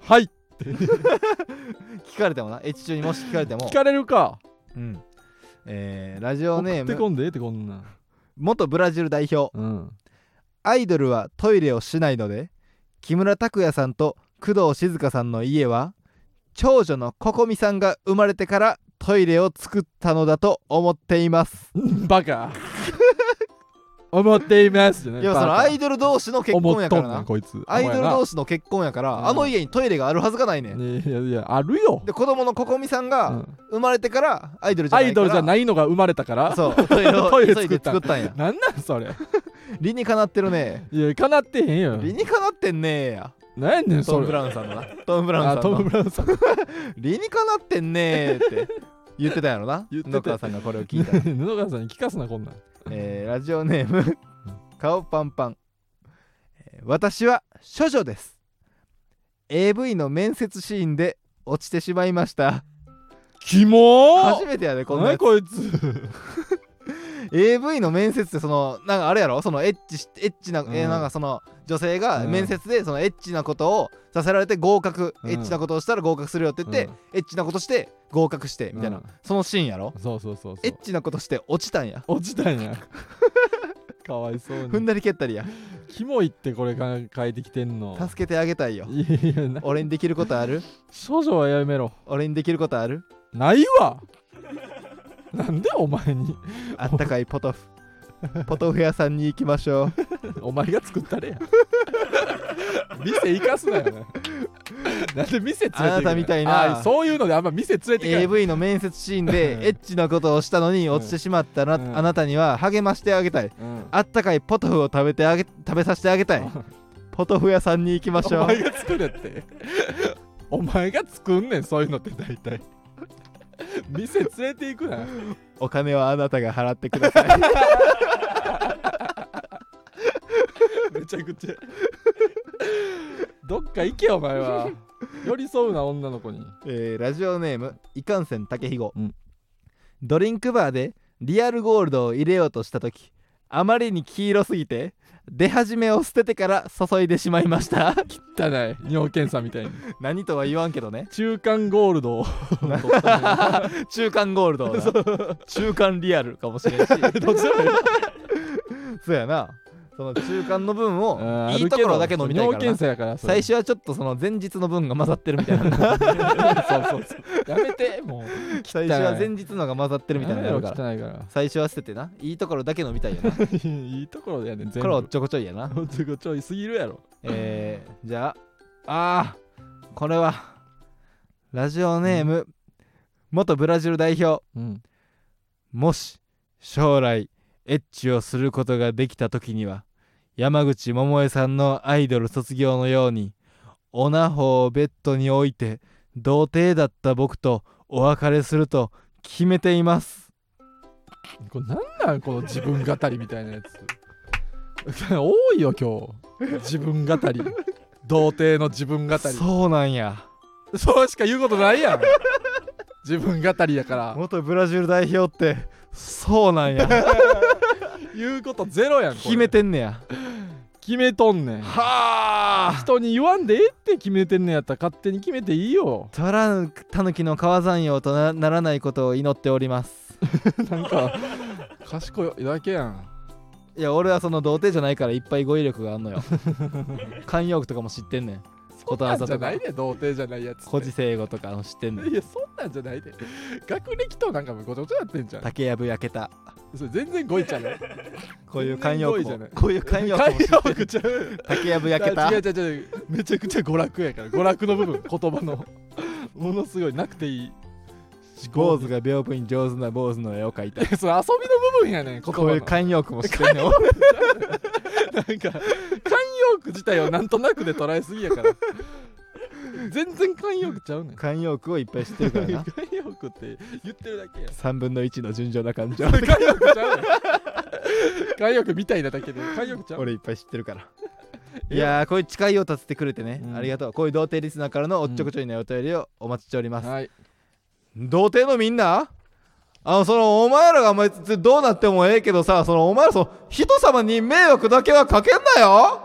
Speaker 2: はいって
Speaker 1: 聞かれてもなエッチ中にもし聞かれても
Speaker 2: 聞、かれるか
Speaker 1: うんえーラジオ
Speaker 2: 送
Speaker 1: ネー
Speaker 2: って
Speaker 1: ム
Speaker 2: こんでええってこんなん
Speaker 1: 元ブラジル代表
Speaker 2: うん
Speaker 1: アイドルはトイレをしないので木村拓哉さんと工藤静香さんの家は長女のココミさんが生まれてからトイレを作ったのだと思っています
Speaker 2: バカ思っていますじゃない
Speaker 1: いやその
Speaker 2: バカ
Speaker 1: アイドル同士の結婚やから
Speaker 2: 思っとんねん
Speaker 1: な
Speaker 2: こいつ
Speaker 1: アイドル同
Speaker 2: 士
Speaker 1: 士の結婚やから、
Speaker 2: うん
Speaker 1: あの家にトイレがあるはずがないねん
Speaker 2: いやいやあるよ
Speaker 1: で子供のココミさん
Speaker 2: う
Speaker 1: が
Speaker 2: ん
Speaker 1: 生まれてからアイドルじゃ
Speaker 2: ア
Speaker 1: ない
Speaker 2: イドルじゃ
Speaker 1: い
Speaker 2: ないのが生まれたから
Speaker 1: そうトイレを
Speaker 2: トイレ
Speaker 1: 急いで
Speaker 2: 作
Speaker 1: 作っ
Speaker 2: っ
Speaker 1: たんや
Speaker 2: なんなんそれ
Speaker 1: 理にかなってるね
Speaker 2: いやかなってへんよ
Speaker 1: 理にかなってんねえや
Speaker 2: なんやねん
Speaker 1: ト
Speaker 2: そ
Speaker 1: ム・ブ
Speaker 2: れ
Speaker 1: ラウンさんのなトム・ブラウ
Speaker 2: あ
Speaker 1: ンさん
Speaker 2: トム・
Speaker 1: の
Speaker 2: ブラウンさん
Speaker 1: 理にかなってんねえっ て言ってたやろな
Speaker 2: 言ってた
Speaker 1: 野川さんがこれを聞いた ら
Speaker 2: 布川さんに聞かすなこんなん
Speaker 1: えーラジオネーム顔パンパンえー私は処女です AV の面接シーンで落ちてしまいました
Speaker 2: キモー
Speaker 1: 初めてやでこんな
Speaker 2: 何
Speaker 1: やつ
Speaker 2: こいつ
Speaker 1: AV の面接ってそのなんかあれやろそのエッチしエッチな、え
Speaker 2: う
Speaker 1: ー
Speaker 2: ん
Speaker 1: なんかその女性が
Speaker 2: うん
Speaker 1: 面接でそのエッチなことをさせられて合格、
Speaker 2: うん
Speaker 1: エッチなことをしたら合格するよって言って、エッチなことして合格してみたいな、
Speaker 2: うん
Speaker 1: そのシーンやろ
Speaker 2: そうそうそうそう
Speaker 1: エッチなことして落ちたんや
Speaker 2: 落ちたんやかわいそう
Speaker 1: 踏ん
Speaker 2: に
Speaker 1: だり蹴ったりや
Speaker 2: キモいってこれが書いてきてんの
Speaker 1: 助けてあげたいよ
Speaker 2: いやいやな
Speaker 1: 俺にできることある
Speaker 2: 少女はやめろ
Speaker 1: 俺にできることある
Speaker 2: ないわなんでお前に
Speaker 1: あったかいポトフポトフ屋さんに行きま しょう
Speaker 2: お前が作ったれや店行かすなよななんで店連れて行くの
Speaker 1: あなたみたいな
Speaker 2: あそういうのであんま店連れて行かない
Speaker 1: AV の面接シーンで
Speaker 2: うん
Speaker 1: エッチなことをしたのに落ちてしまったな
Speaker 2: うん
Speaker 1: あなたには励ましてあげたい
Speaker 2: うん
Speaker 1: あったかいポトフを食べてあげ食べさせてあげたいポトフ屋さんに行きましょ
Speaker 2: お前
Speaker 1: う
Speaker 2: が作れってお前が作んねんそういうのって大体店連れて行くな
Speaker 1: お金はあなたが払ってください
Speaker 2: めちゃくちゃどっか行けよお前は寄り添うな女の子に
Speaker 1: えーラジオネームいかんせん竹ひご
Speaker 2: うん
Speaker 1: ドリンクバーでリアルゴールドを入れようとした時あまりに黄色すぎて出始めを捨ててから注いでしまいました
Speaker 2: 汚い尿検査みたいに
Speaker 1: 何とは言わんけどね
Speaker 2: 中間ゴー ルドを取ったのに
Speaker 1: 中間ゴールドをな中間リアルかもしれ んし
Speaker 2: どっちでもいい
Speaker 1: そうやなその中間の分
Speaker 2: うん
Speaker 1: をいいところだけ飲みたいから
Speaker 2: あるけど尿検
Speaker 1: な
Speaker 2: 査やからそ
Speaker 1: 最
Speaker 2: れ
Speaker 1: 初はちょっとその前日の分が混ざってるみたい な
Speaker 2: そうそうそうやめてもう
Speaker 1: 最初は前日のが混ざってるみたいなのやるから
Speaker 2: やめろ汚いから
Speaker 1: 最初は捨ててないいところだけ飲みた いよなこ
Speaker 2: いいところだよね全部
Speaker 1: れをちょこちょいやな
Speaker 2: ほんとごちょいすぎるやろ
Speaker 1: えー、じゃああーこれはラジオネーム、元ブラジル代表
Speaker 2: うん
Speaker 1: もし将来エッチをすることができた時には山口百恵さんのアイドル卒業のようにオナホをベッドに置いて童貞だった僕とお別れすると決めています
Speaker 2: これなんなんこの自分語りみたいなやつ多いよ今日自分語り童貞の自分語りそ
Speaker 1: そうなんや
Speaker 2: うしか言うことないやん自分語りやから
Speaker 1: 元ブラジル代表ってそうなん や
Speaker 2: 言うことゼロやんこれ
Speaker 1: 決めてんねや
Speaker 2: 決めとんねん
Speaker 1: はあ
Speaker 2: 人に言わんでええって決めてんねやったら勝手に決めていいよ
Speaker 1: 取らぬ狸の川山陽となならないことを祈っております
Speaker 2: なんか賢いだけやん
Speaker 1: いや俺はその童貞じゃないからいっぱい語彙力があん のよ慣用句とかも知ってんねんことわ
Speaker 2: そ
Speaker 1: ざ
Speaker 2: んなんじゃ
Speaker 1: とか
Speaker 2: ないで童貞じゃないやつって
Speaker 1: 古事成語とかも知ってんねん
Speaker 2: いやそんなんじゃないで学歴となんかもごちゃごちゃやってんじゃん
Speaker 1: 竹やぶ焼けた
Speaker 2: それ全然ごいちゃうよ
Speaker 1: こういう慣用句
Speaker 2: 全然語彙じゃな
Speaker 1: も
Speaker 2: い
Speaker 1: こういう慣用
Speaker 2: 慣
Speaker 1: 句も
Speaker 2: 用句ちゃう
Speaker 1: 竹やぶ焼けた
Speaker 2: あ違う違う違うめちゃくちゃ娯楽やから娯楽の部分言葉のものすごいなくていい
Speaker 1: 坊主が屏風に上手な坊主の絵を描いた
Speaker 2: えそれ遊びの部分やねん言葉の
Speaker 1: こういう慣用句も知ってんねん俺
Speaker 2: なんか慣用句自体をなんとなくで捉えすぎやから全然慣用句ちゃうねん
Speaker 1: 慣用句をいっぱい知ってるから
Speaker 2: 慣
Speaker 1: な
Speaker 2: 用句って言ってるだけやん
Speaker 1: 3分の1の純情な感情
Speaker 2: 慣用句ちゃうねん慣用句みたいなだけで慣用句ちゃう
Speaker 1: 俺いっぱい知ってるからいやーこういう誓いを立ててくれてね、
Speaker 2: うん
Speaker 1: ありがとうこういう童貞リスナーからのおっちょこちょいなお便りをお待ちしております、
Speaker 2: はい
Speaker 1: 童貞のみんなあのそのお前らがお前どうなってもええけどさそのお前らその人様に迷惑だけはかけんなよ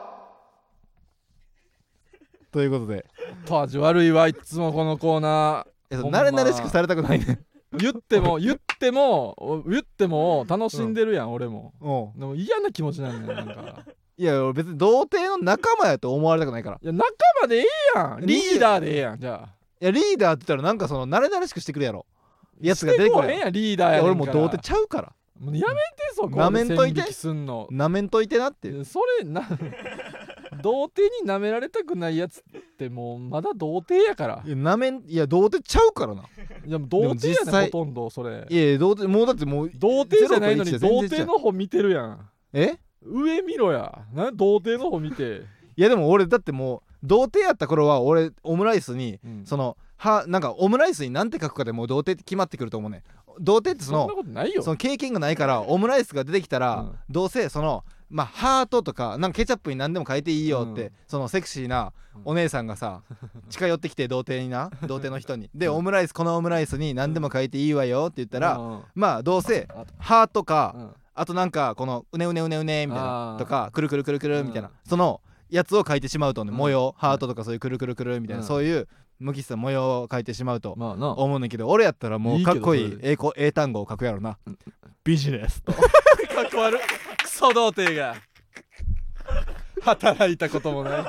Speaker 1: ということで
Speaker 2: 後味悪いわいっつもこのコーナ
Speaker 1: え
Speaker 2: ー
Speaker 1: そ
Speaker 2: ほ
Speaker 1: うん
Speaker 2: ま
Speaker 1: 慣れ慣れしくされたくないね
Speaker 2: 言っても言ってもお言っても楽しんでるやん、俺も
Speaker 1: うん
Speaker 2: でも嫌な気持ちなんだよなんか
Speaker 1: いや俺別に童貞の仲間やと思われたくないから
Speaker 2: いや仲間でええやんリーダーでええやんじゃあ
Speaker 1: いやリーダーって言ったらなんかその慣れ慣れしくしてくるやろやつが出てこ
Speaker 2: も
Speaker 1: ない
Speaker 2: ええ
Speaker 1: い
Speaker 2: やんリーダーやね
Speaker 1: や
Speaker 2: ん
Speaker 1: 俺もう
Speaker 2: から
Speaker 1: 童貞ちゃうから
Speaker 2: もうやめてそこ
Speaker 1: なめんといて
Speaker 2: 線引きすんの
Speaker 1: なめんといてなっていう
Speaker 2: それな童貞に舐められたくないやつってもうまだ童貞やから
Speaker 1: いやなめんいや童貞ちゃうからない
Speaker 2: やもう童貞
Speaker 1: でも実
Speaker 2: やね
Speaker 1: 際
Speaker 2: んほとんどそれ
Speaker 1: いやいや童貞もうだってもう
Speaker 2: 童貞じゃないのに
Speaker 1: ゼロと一
Speaker 2: 童
Speaker 1: じゃ全然違
Speaker 2: 貞
Speaker 1: う
Speaker 2: の方見てるやん
Speaker 1: え
Speaker 2: 上見ろやな童貞の方見て、
Speaker 1: いやでも俺だってもう童貞やった頃は俺オムライスに
Speaker 2: うん
Speaker 1: そのはなんかオムライスに何て書くかでもう童貞って決まってくると思うねん童貞ってそ
Speaker 2: そん
Speaker 1: の
Speaker 2: なことないよ
Speaker 1: その経験がないからオムライスが出てきたら、
Speaker 2: うん
Speaker 1: どうせそのまあハートとかなんかケチャップに何でも変えていいよって、
Speaker 2: うん
Speaker 1: そのセクシーな
Speaker 2: うん
Speaker 1: お姉さんが さ近寄ってきて童貞にな童貞の人にでオムライスこのオムライスに何でも変えていいわよって言ったら、
Speaker 2: うん
Speaker 1: まあどうせ
Speaker 2: あ
Speaker 1: ハートか、
Speaker 2: うん
Speaker 1: あとなんかこのうねうねうねうねみたいな
Speaker 2: あー
Speaker 1: とかくるくるくるくるみたいな、
Speaker 2: うん
Speaker 1: そのやつを書いてしまうとね、
Speaker 2: うん
Speaker 1: 模様ハートとかそういうくるくるくるみたいな、
Speaker 2: うん
Speaker 1: そういう無機質な模様を書いてしまうと
Speaker 2: まあな
Speaker 1: 思うねんだけど俺やったらもうい
Speaker 2: い
Speaker 1: か
Speaker 2: け
Speaker 1: っ
Speaker 2: ど
Speaker 1: こい
Speaker 2: そ
Speaker 1: い
Speaker 2: れ
Speaker 1: 英語英単語を書くやろなビジネスと
Speaker 2: かっこ悪いクソ童貞が働いたこともない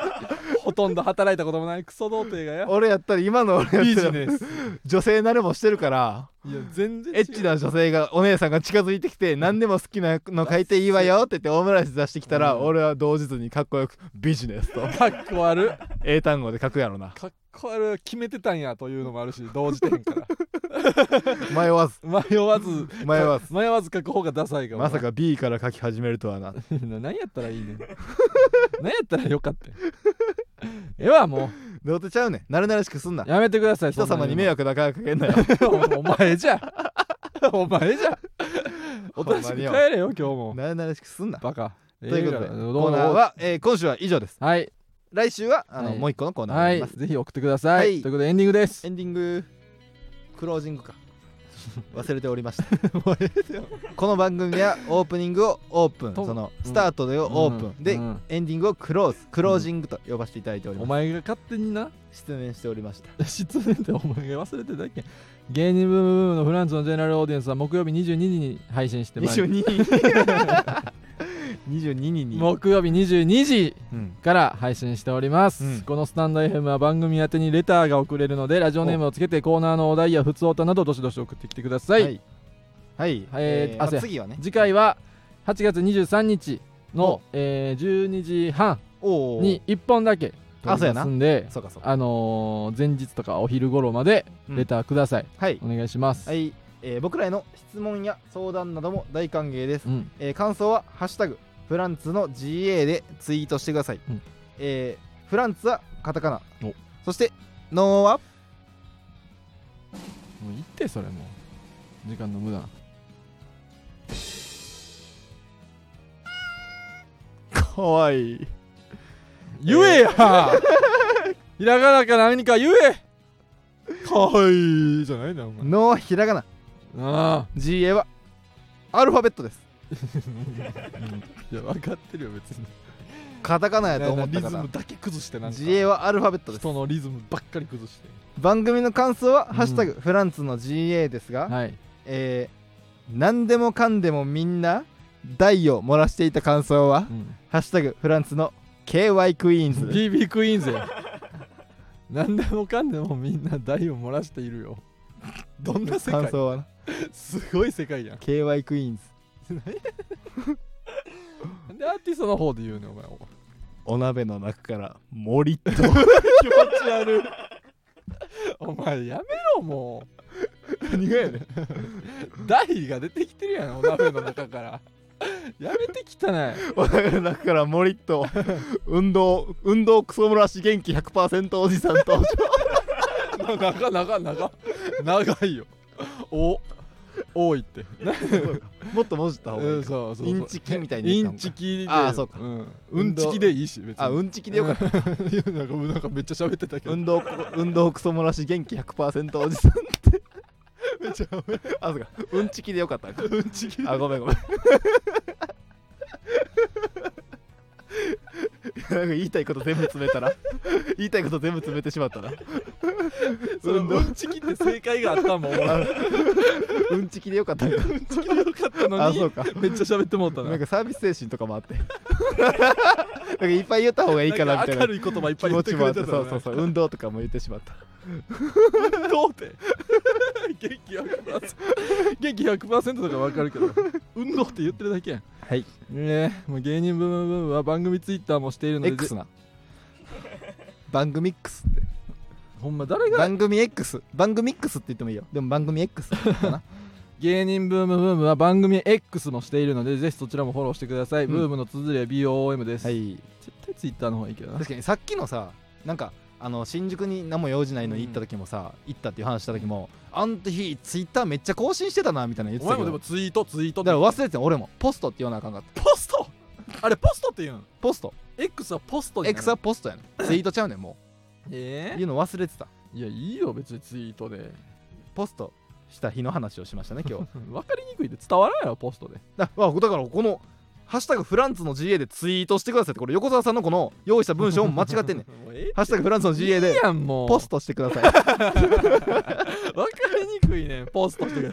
Speaker 2: ほとんど働いたこともないクソ童貞がよ
Speaker 1: 俺やったら今の俺
Speaker 2: ビ
Speaker 1: や
Speaker 2: ジ
Speaker 1: ったら
Speaker 2: ネス
Speaker 1: 女性慣れもしてる から
Speaker 2: いや全然違う
Speaker 1: エッチな女性がお姉さんが近づいてきて何でも好きなの書いていいわよ って言ってオムライス出してきたら
Speaker 2: うん
Speaker 1: 俺は同日にかっこよくビジネスと
Speaker 2: かっこ悪い
Speaker 1: 英単語で書くやろ な
Speaker 2: かっこ悪い決めてたんやというのもあるし同時点から
Speaker 1: 迷わず
Speaker 2: 迷わず
Speaker 1: 迷わず
Speaker 2: 迷わず書く方がダサいかもな
Speaker 1: まさか B から書き始めるとはな
Speaker 2: な 何やったらいいねん何やったらよかったんええわも
Speaker 1: どうてちゃうねんなれなれしくすんな
Speaker 2: うやめてください
Speaker 1: 人様に迷
Speaker 2: 迷惑
Speaker 1: 惑だからかけんなよ
Speaker 2: お前じゃお前じゃ おとなしく帰れよ今日も
Speaker 1: なれなれしくすんな
Speaker 2: バカと
Speaker 1: ということでコ
Speaker 2: どうも
Speaker 1: ーナーは、えー今週は以上です
Speaker 2: はい
Speaker 1: 来週はあの、
Speaker 2: はい
Speaker 1: もう一個のコーナーがあ
Speaker 2: は
Speaker 1: り
Speaker 2: い
Speaker 1: ます、
Speaker 2: ぜひ送ってください、
Speaker 1: はい
Speaker 2: ということでエンディングです
Speaker 1: エンディングクロージング か忘れておりましたこの番組はオープニングをオープン
Speaker 2: と
Speaker 1: その
Speaker 2: うん
Speaker 1: スタートでをオープン、
Speaker 2: うん
Speaker 1: で、
Speaker 2: うん
Speaker 1: エンディングをクローズクロージングと呼ばせていただいておりま
Speaker 2: お
Speaker 1: す、
Speaker 2: 前が勝手にな
Speaker 1: 失念しておりました
Speaker 2: 失礼でお前が忘れてただけ芸人ブームブームのフランツのジェネラルオーディエンスは木曜日22時に配 信してます
Speaker 1: 22人22人 に、
Speaker 2: 木曜日22時
Speaker 1: うん、
Speaker 2: から配信しております、
Speaker 1: うん
Speaker 2: このスタンド FM は番組宛てにレターが送れるのでラジオネームをつけてコーナーのお題や普通歌などどしどし送ってきてください、
Speaker 1: はい、はい
Speaker 2: えー
Speaker 1: あ
Speaker 2: あそうや
Speaker 1: 次はね
Speaker 2: 次回は8月23日の
Speaker 1: お、
Speaker 2: えー12時半
Speaker 1: おお
Speaker 2: に1本だけ
Speaker 1: あそう
Speaker 2: 撮り
Speaker 1: や
Speaker 2: ま
Speaker 1: な
Speaker 2: すんで
Speaker 1: そうかそうか
Speaker 2: あのー前日とかお昼頃までレターください、
Speaker 1: はい、
Speaker 2: お願いします、
Speaker 1: はいえー僕らへの質問や相談なども大歓迎です
Speaker 2: うん、
Speaker 1: えー感想は「ハッシュタグフランツの GA」でツイートしてください、
Speaker 2: うん
Speaker 1: えーフランツはカタカナ
Speaker 2: お
Speaker 1: そしてノーは
Speaker 2: もういいってそれもう時間の無駄
Speaker 1: かわいい
Speaker 2: 言えや ひらがなか何か言えかわいいじゃないなお前
Speaker 1: ノーはひらがな
Speaker 2: ああ
Speaker 1: GA はアルファベットです
Speaker 2: いや分かってるよ別に
Speaker 1: カタカナやと思っ
Speaker 2: リ
Speaker 1: たか
Speaker 2: ズ
Speaker 1: ら
Speaker 2: ムだけ崩してなんか
Speaker 1: GA はアルファベットです
Speaker 2: 人のリズムばっかり崩して
Speaker 1: 番組の感想は「
Speaker 2: うん
Speaker 1: ハッシュタグフランツの GA」ですが、
Speaker 2: はい
Speaker 1: えー何でもかんでもみんな大を漏らしていた感想は「ハッシュタグフランツの KY クイーンズ」
Speaker 2: BB クイーンズや何でもかんでもみんな大を漏らしているよどんな世
Speaker 1: 感
Speaker 2: 界
Speaker 1: 想はな
Speaker 2: すごい世界やん
Speaker 1: KY クイーンズ
Speaker 2: なんでアーティストの方で言うねんお前お前
Speaker 1: お鍋の中から森と
Speaker 2: 気持ち悪いお前やめろも
Speaker 1: 何がやねん
Speaker 2: う大が出てきてるやんお鍋の中からやめてきたね
Speaker 1: お鍋の中から森と運動運動クソもらし元気100%おじさん登場
Speaker 2: 長長長長長いよお多いって
Speaker 1: もっともじった方がいい
Speaker 2: うん
Speaker 1: か
Speaker 2: そうそうそう
Speaker 1: インチキみたいに
Speaker 2: イ
Speaker 1: 言った
Speaker 2: ン
Speaker 1: のか
Speaker 2: チキで
Speaker 1: あーそうか
Speaker 2: ん、う
Speaker 1: 運
Speaker 2: ん
Speaker 1: 動
Speaker 2: ちきでいいし別に
Speaker 1: あうんちきでよ かった
Speaker 2: たなんかなんかめっちゃ喋ってたけど、
Speaker 1: 運動運動クソもらし元気100%おじさんってめっちゃあそうかうんちきでよかったんか
Speaker 2: うんちき
Speaker 1: あごめんご めんなんか言いたいこと全部詰めたら 言いたいこと全部詰めてしまったな
Speaker 2: そのうんちきって正解 があったもん俺
Speaker 1: あうんちきでよかったんか
Speaker 2: うんちきでよかったの
Speaker 1: あ
Speaker 2: に
Speaker 1: そうか
Speaker 2: めっちゃ喋ってもったな
Speaker 1: なんかサービス精神とかもあってなんかいっぱい言った方がいいかなみたい
Speaker 2: 明
Speaker 1: な
Speaker 2: るい言葉いっ
Speaker 1: 気
Speaker 2: ぱい言
Speaker 1: 持
Speaker 2: って
Speaker 1: ち
Speaker 2: く
Speaker 1: もあ
Speaker 2: れ
Speaker 1: って
Speaker 2: て
Speaker 1: そ
Speaker 2: た
Speaker 1: うそうそう運動とかも言ってしまった
Speaker 2: う どうって元気100%元気100%とかわかるけど運動って言ってるだけやん
Speaker 1: はい
Speaker 2: ねえもう芸人ブームブームは番組ツイッターもしているので
Speaker 1: X な番組 X って
Speaker 2: ほんま誰が
Speaker 1: 番組 X 番組 X って言ってもいいよでも番組 X かな
Speaker 2: 芸人ブームブームは番組 X もしているのでぜひそちらもフォローしてください、
Speaker 1: うん
Speaker 2: ブームの綴りは BOOM です、
Speaker 1: はい
Speaker 2: 絶対ツイッターの方がいいけどな
Speaker 1: 確かにさっきのさなんかあの新宿に何も用事ないのに行った時もさ、行ったっていう話した時も、あん時ツイッターめっちゃ更新してたなみたいなの言っ
Speaker 2: お
Speaker 1: てた
Speaker 2: 前
Speaker 1: け
Speaker 2: もで
Speaker 1: ど
Speaker 2: もツイートツイートっ
Speaker 1: だ
Speaker 2: て
Speaker 1: から忘れてた俺もポストって言わなあかんかった
Speaker 2: ポストあれポストって言うん
Speaker 1: ポスト
Speaker 2: X はポストになる
Speaker 1: X はポストやねんツイートちゃうねんもう
Speaker 2: え
Speaker 1: 言うの忘れてた
Speaker 2: ー、いやいいよ別にツイートで
Speaker 1: ポストした日の話をしましたね今日
Speaker 2: 分かりにくいで伝わらんやろポストで
Speaker 1: だあだからこのハッシュタグフランツの GA でツイートしてくださいってこれ横澤さんのこの用意した文章も間違ってん ねん
Speaker 2: もうええ
Speaker 1: ハッシュタグフランツの GA
Speaker 2: いい
Speaker 1: で
Speaker 2: やんもう
Speaker 1: ポストしてくだ さい
Speaker 2: わかりにくいねポストしてく れ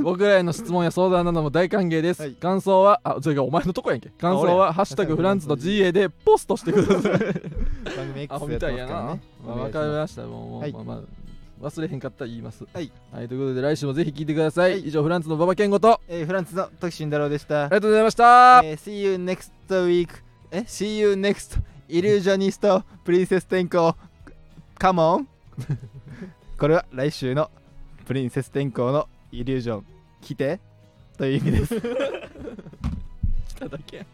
Speaker 2: 僕らへの質問や相談なども大歓迎です、
Speaker 1: はい
Speaker 2: 感想はあそれがお前のとこやんけ感想
Speaker 1: 俺
Speaker 2: は「
Speaker 1: や
Speaker 2: ハッシュタグフランツの GA」でポストしてください
Speaker 1: 番組
Speaker 2: ア
Speaker 1: X や
Speaker 2: ホみ
Speaker 1: って
Speaker 2: たい
Speaker 1: ます
Speaker 2: や
Speaker 1: から
Speaker 2: な
Speaker 1: ね、
Speaker 2: まあ、
Speaker 1: お願
Speaker 2: わ
Speaker 1: いし
Speaker 2: かり
Speaker 1: ま
Speaker 2: ましたもう、もう
Speaker 1: はい
Speaker 2: まあまあ忘れへんかったら言います
Speaker 1: はい、
Speaker 2: はい、ということで来週もぜひ聞いてください、
Speaker 1: はい
Speaker 2: 以上フランツの馬場健吾とあ
Speaker 1: すえーフランツの徳慎太郎でした
Speaker 2: りがとうございました、
Speaker 1: えー See you next week え See you next イリュージョニストプリンセス天候 Come on これは来週のプリンセス天候のイリュージョン来てという意味です
Speaker 2: 来ただけや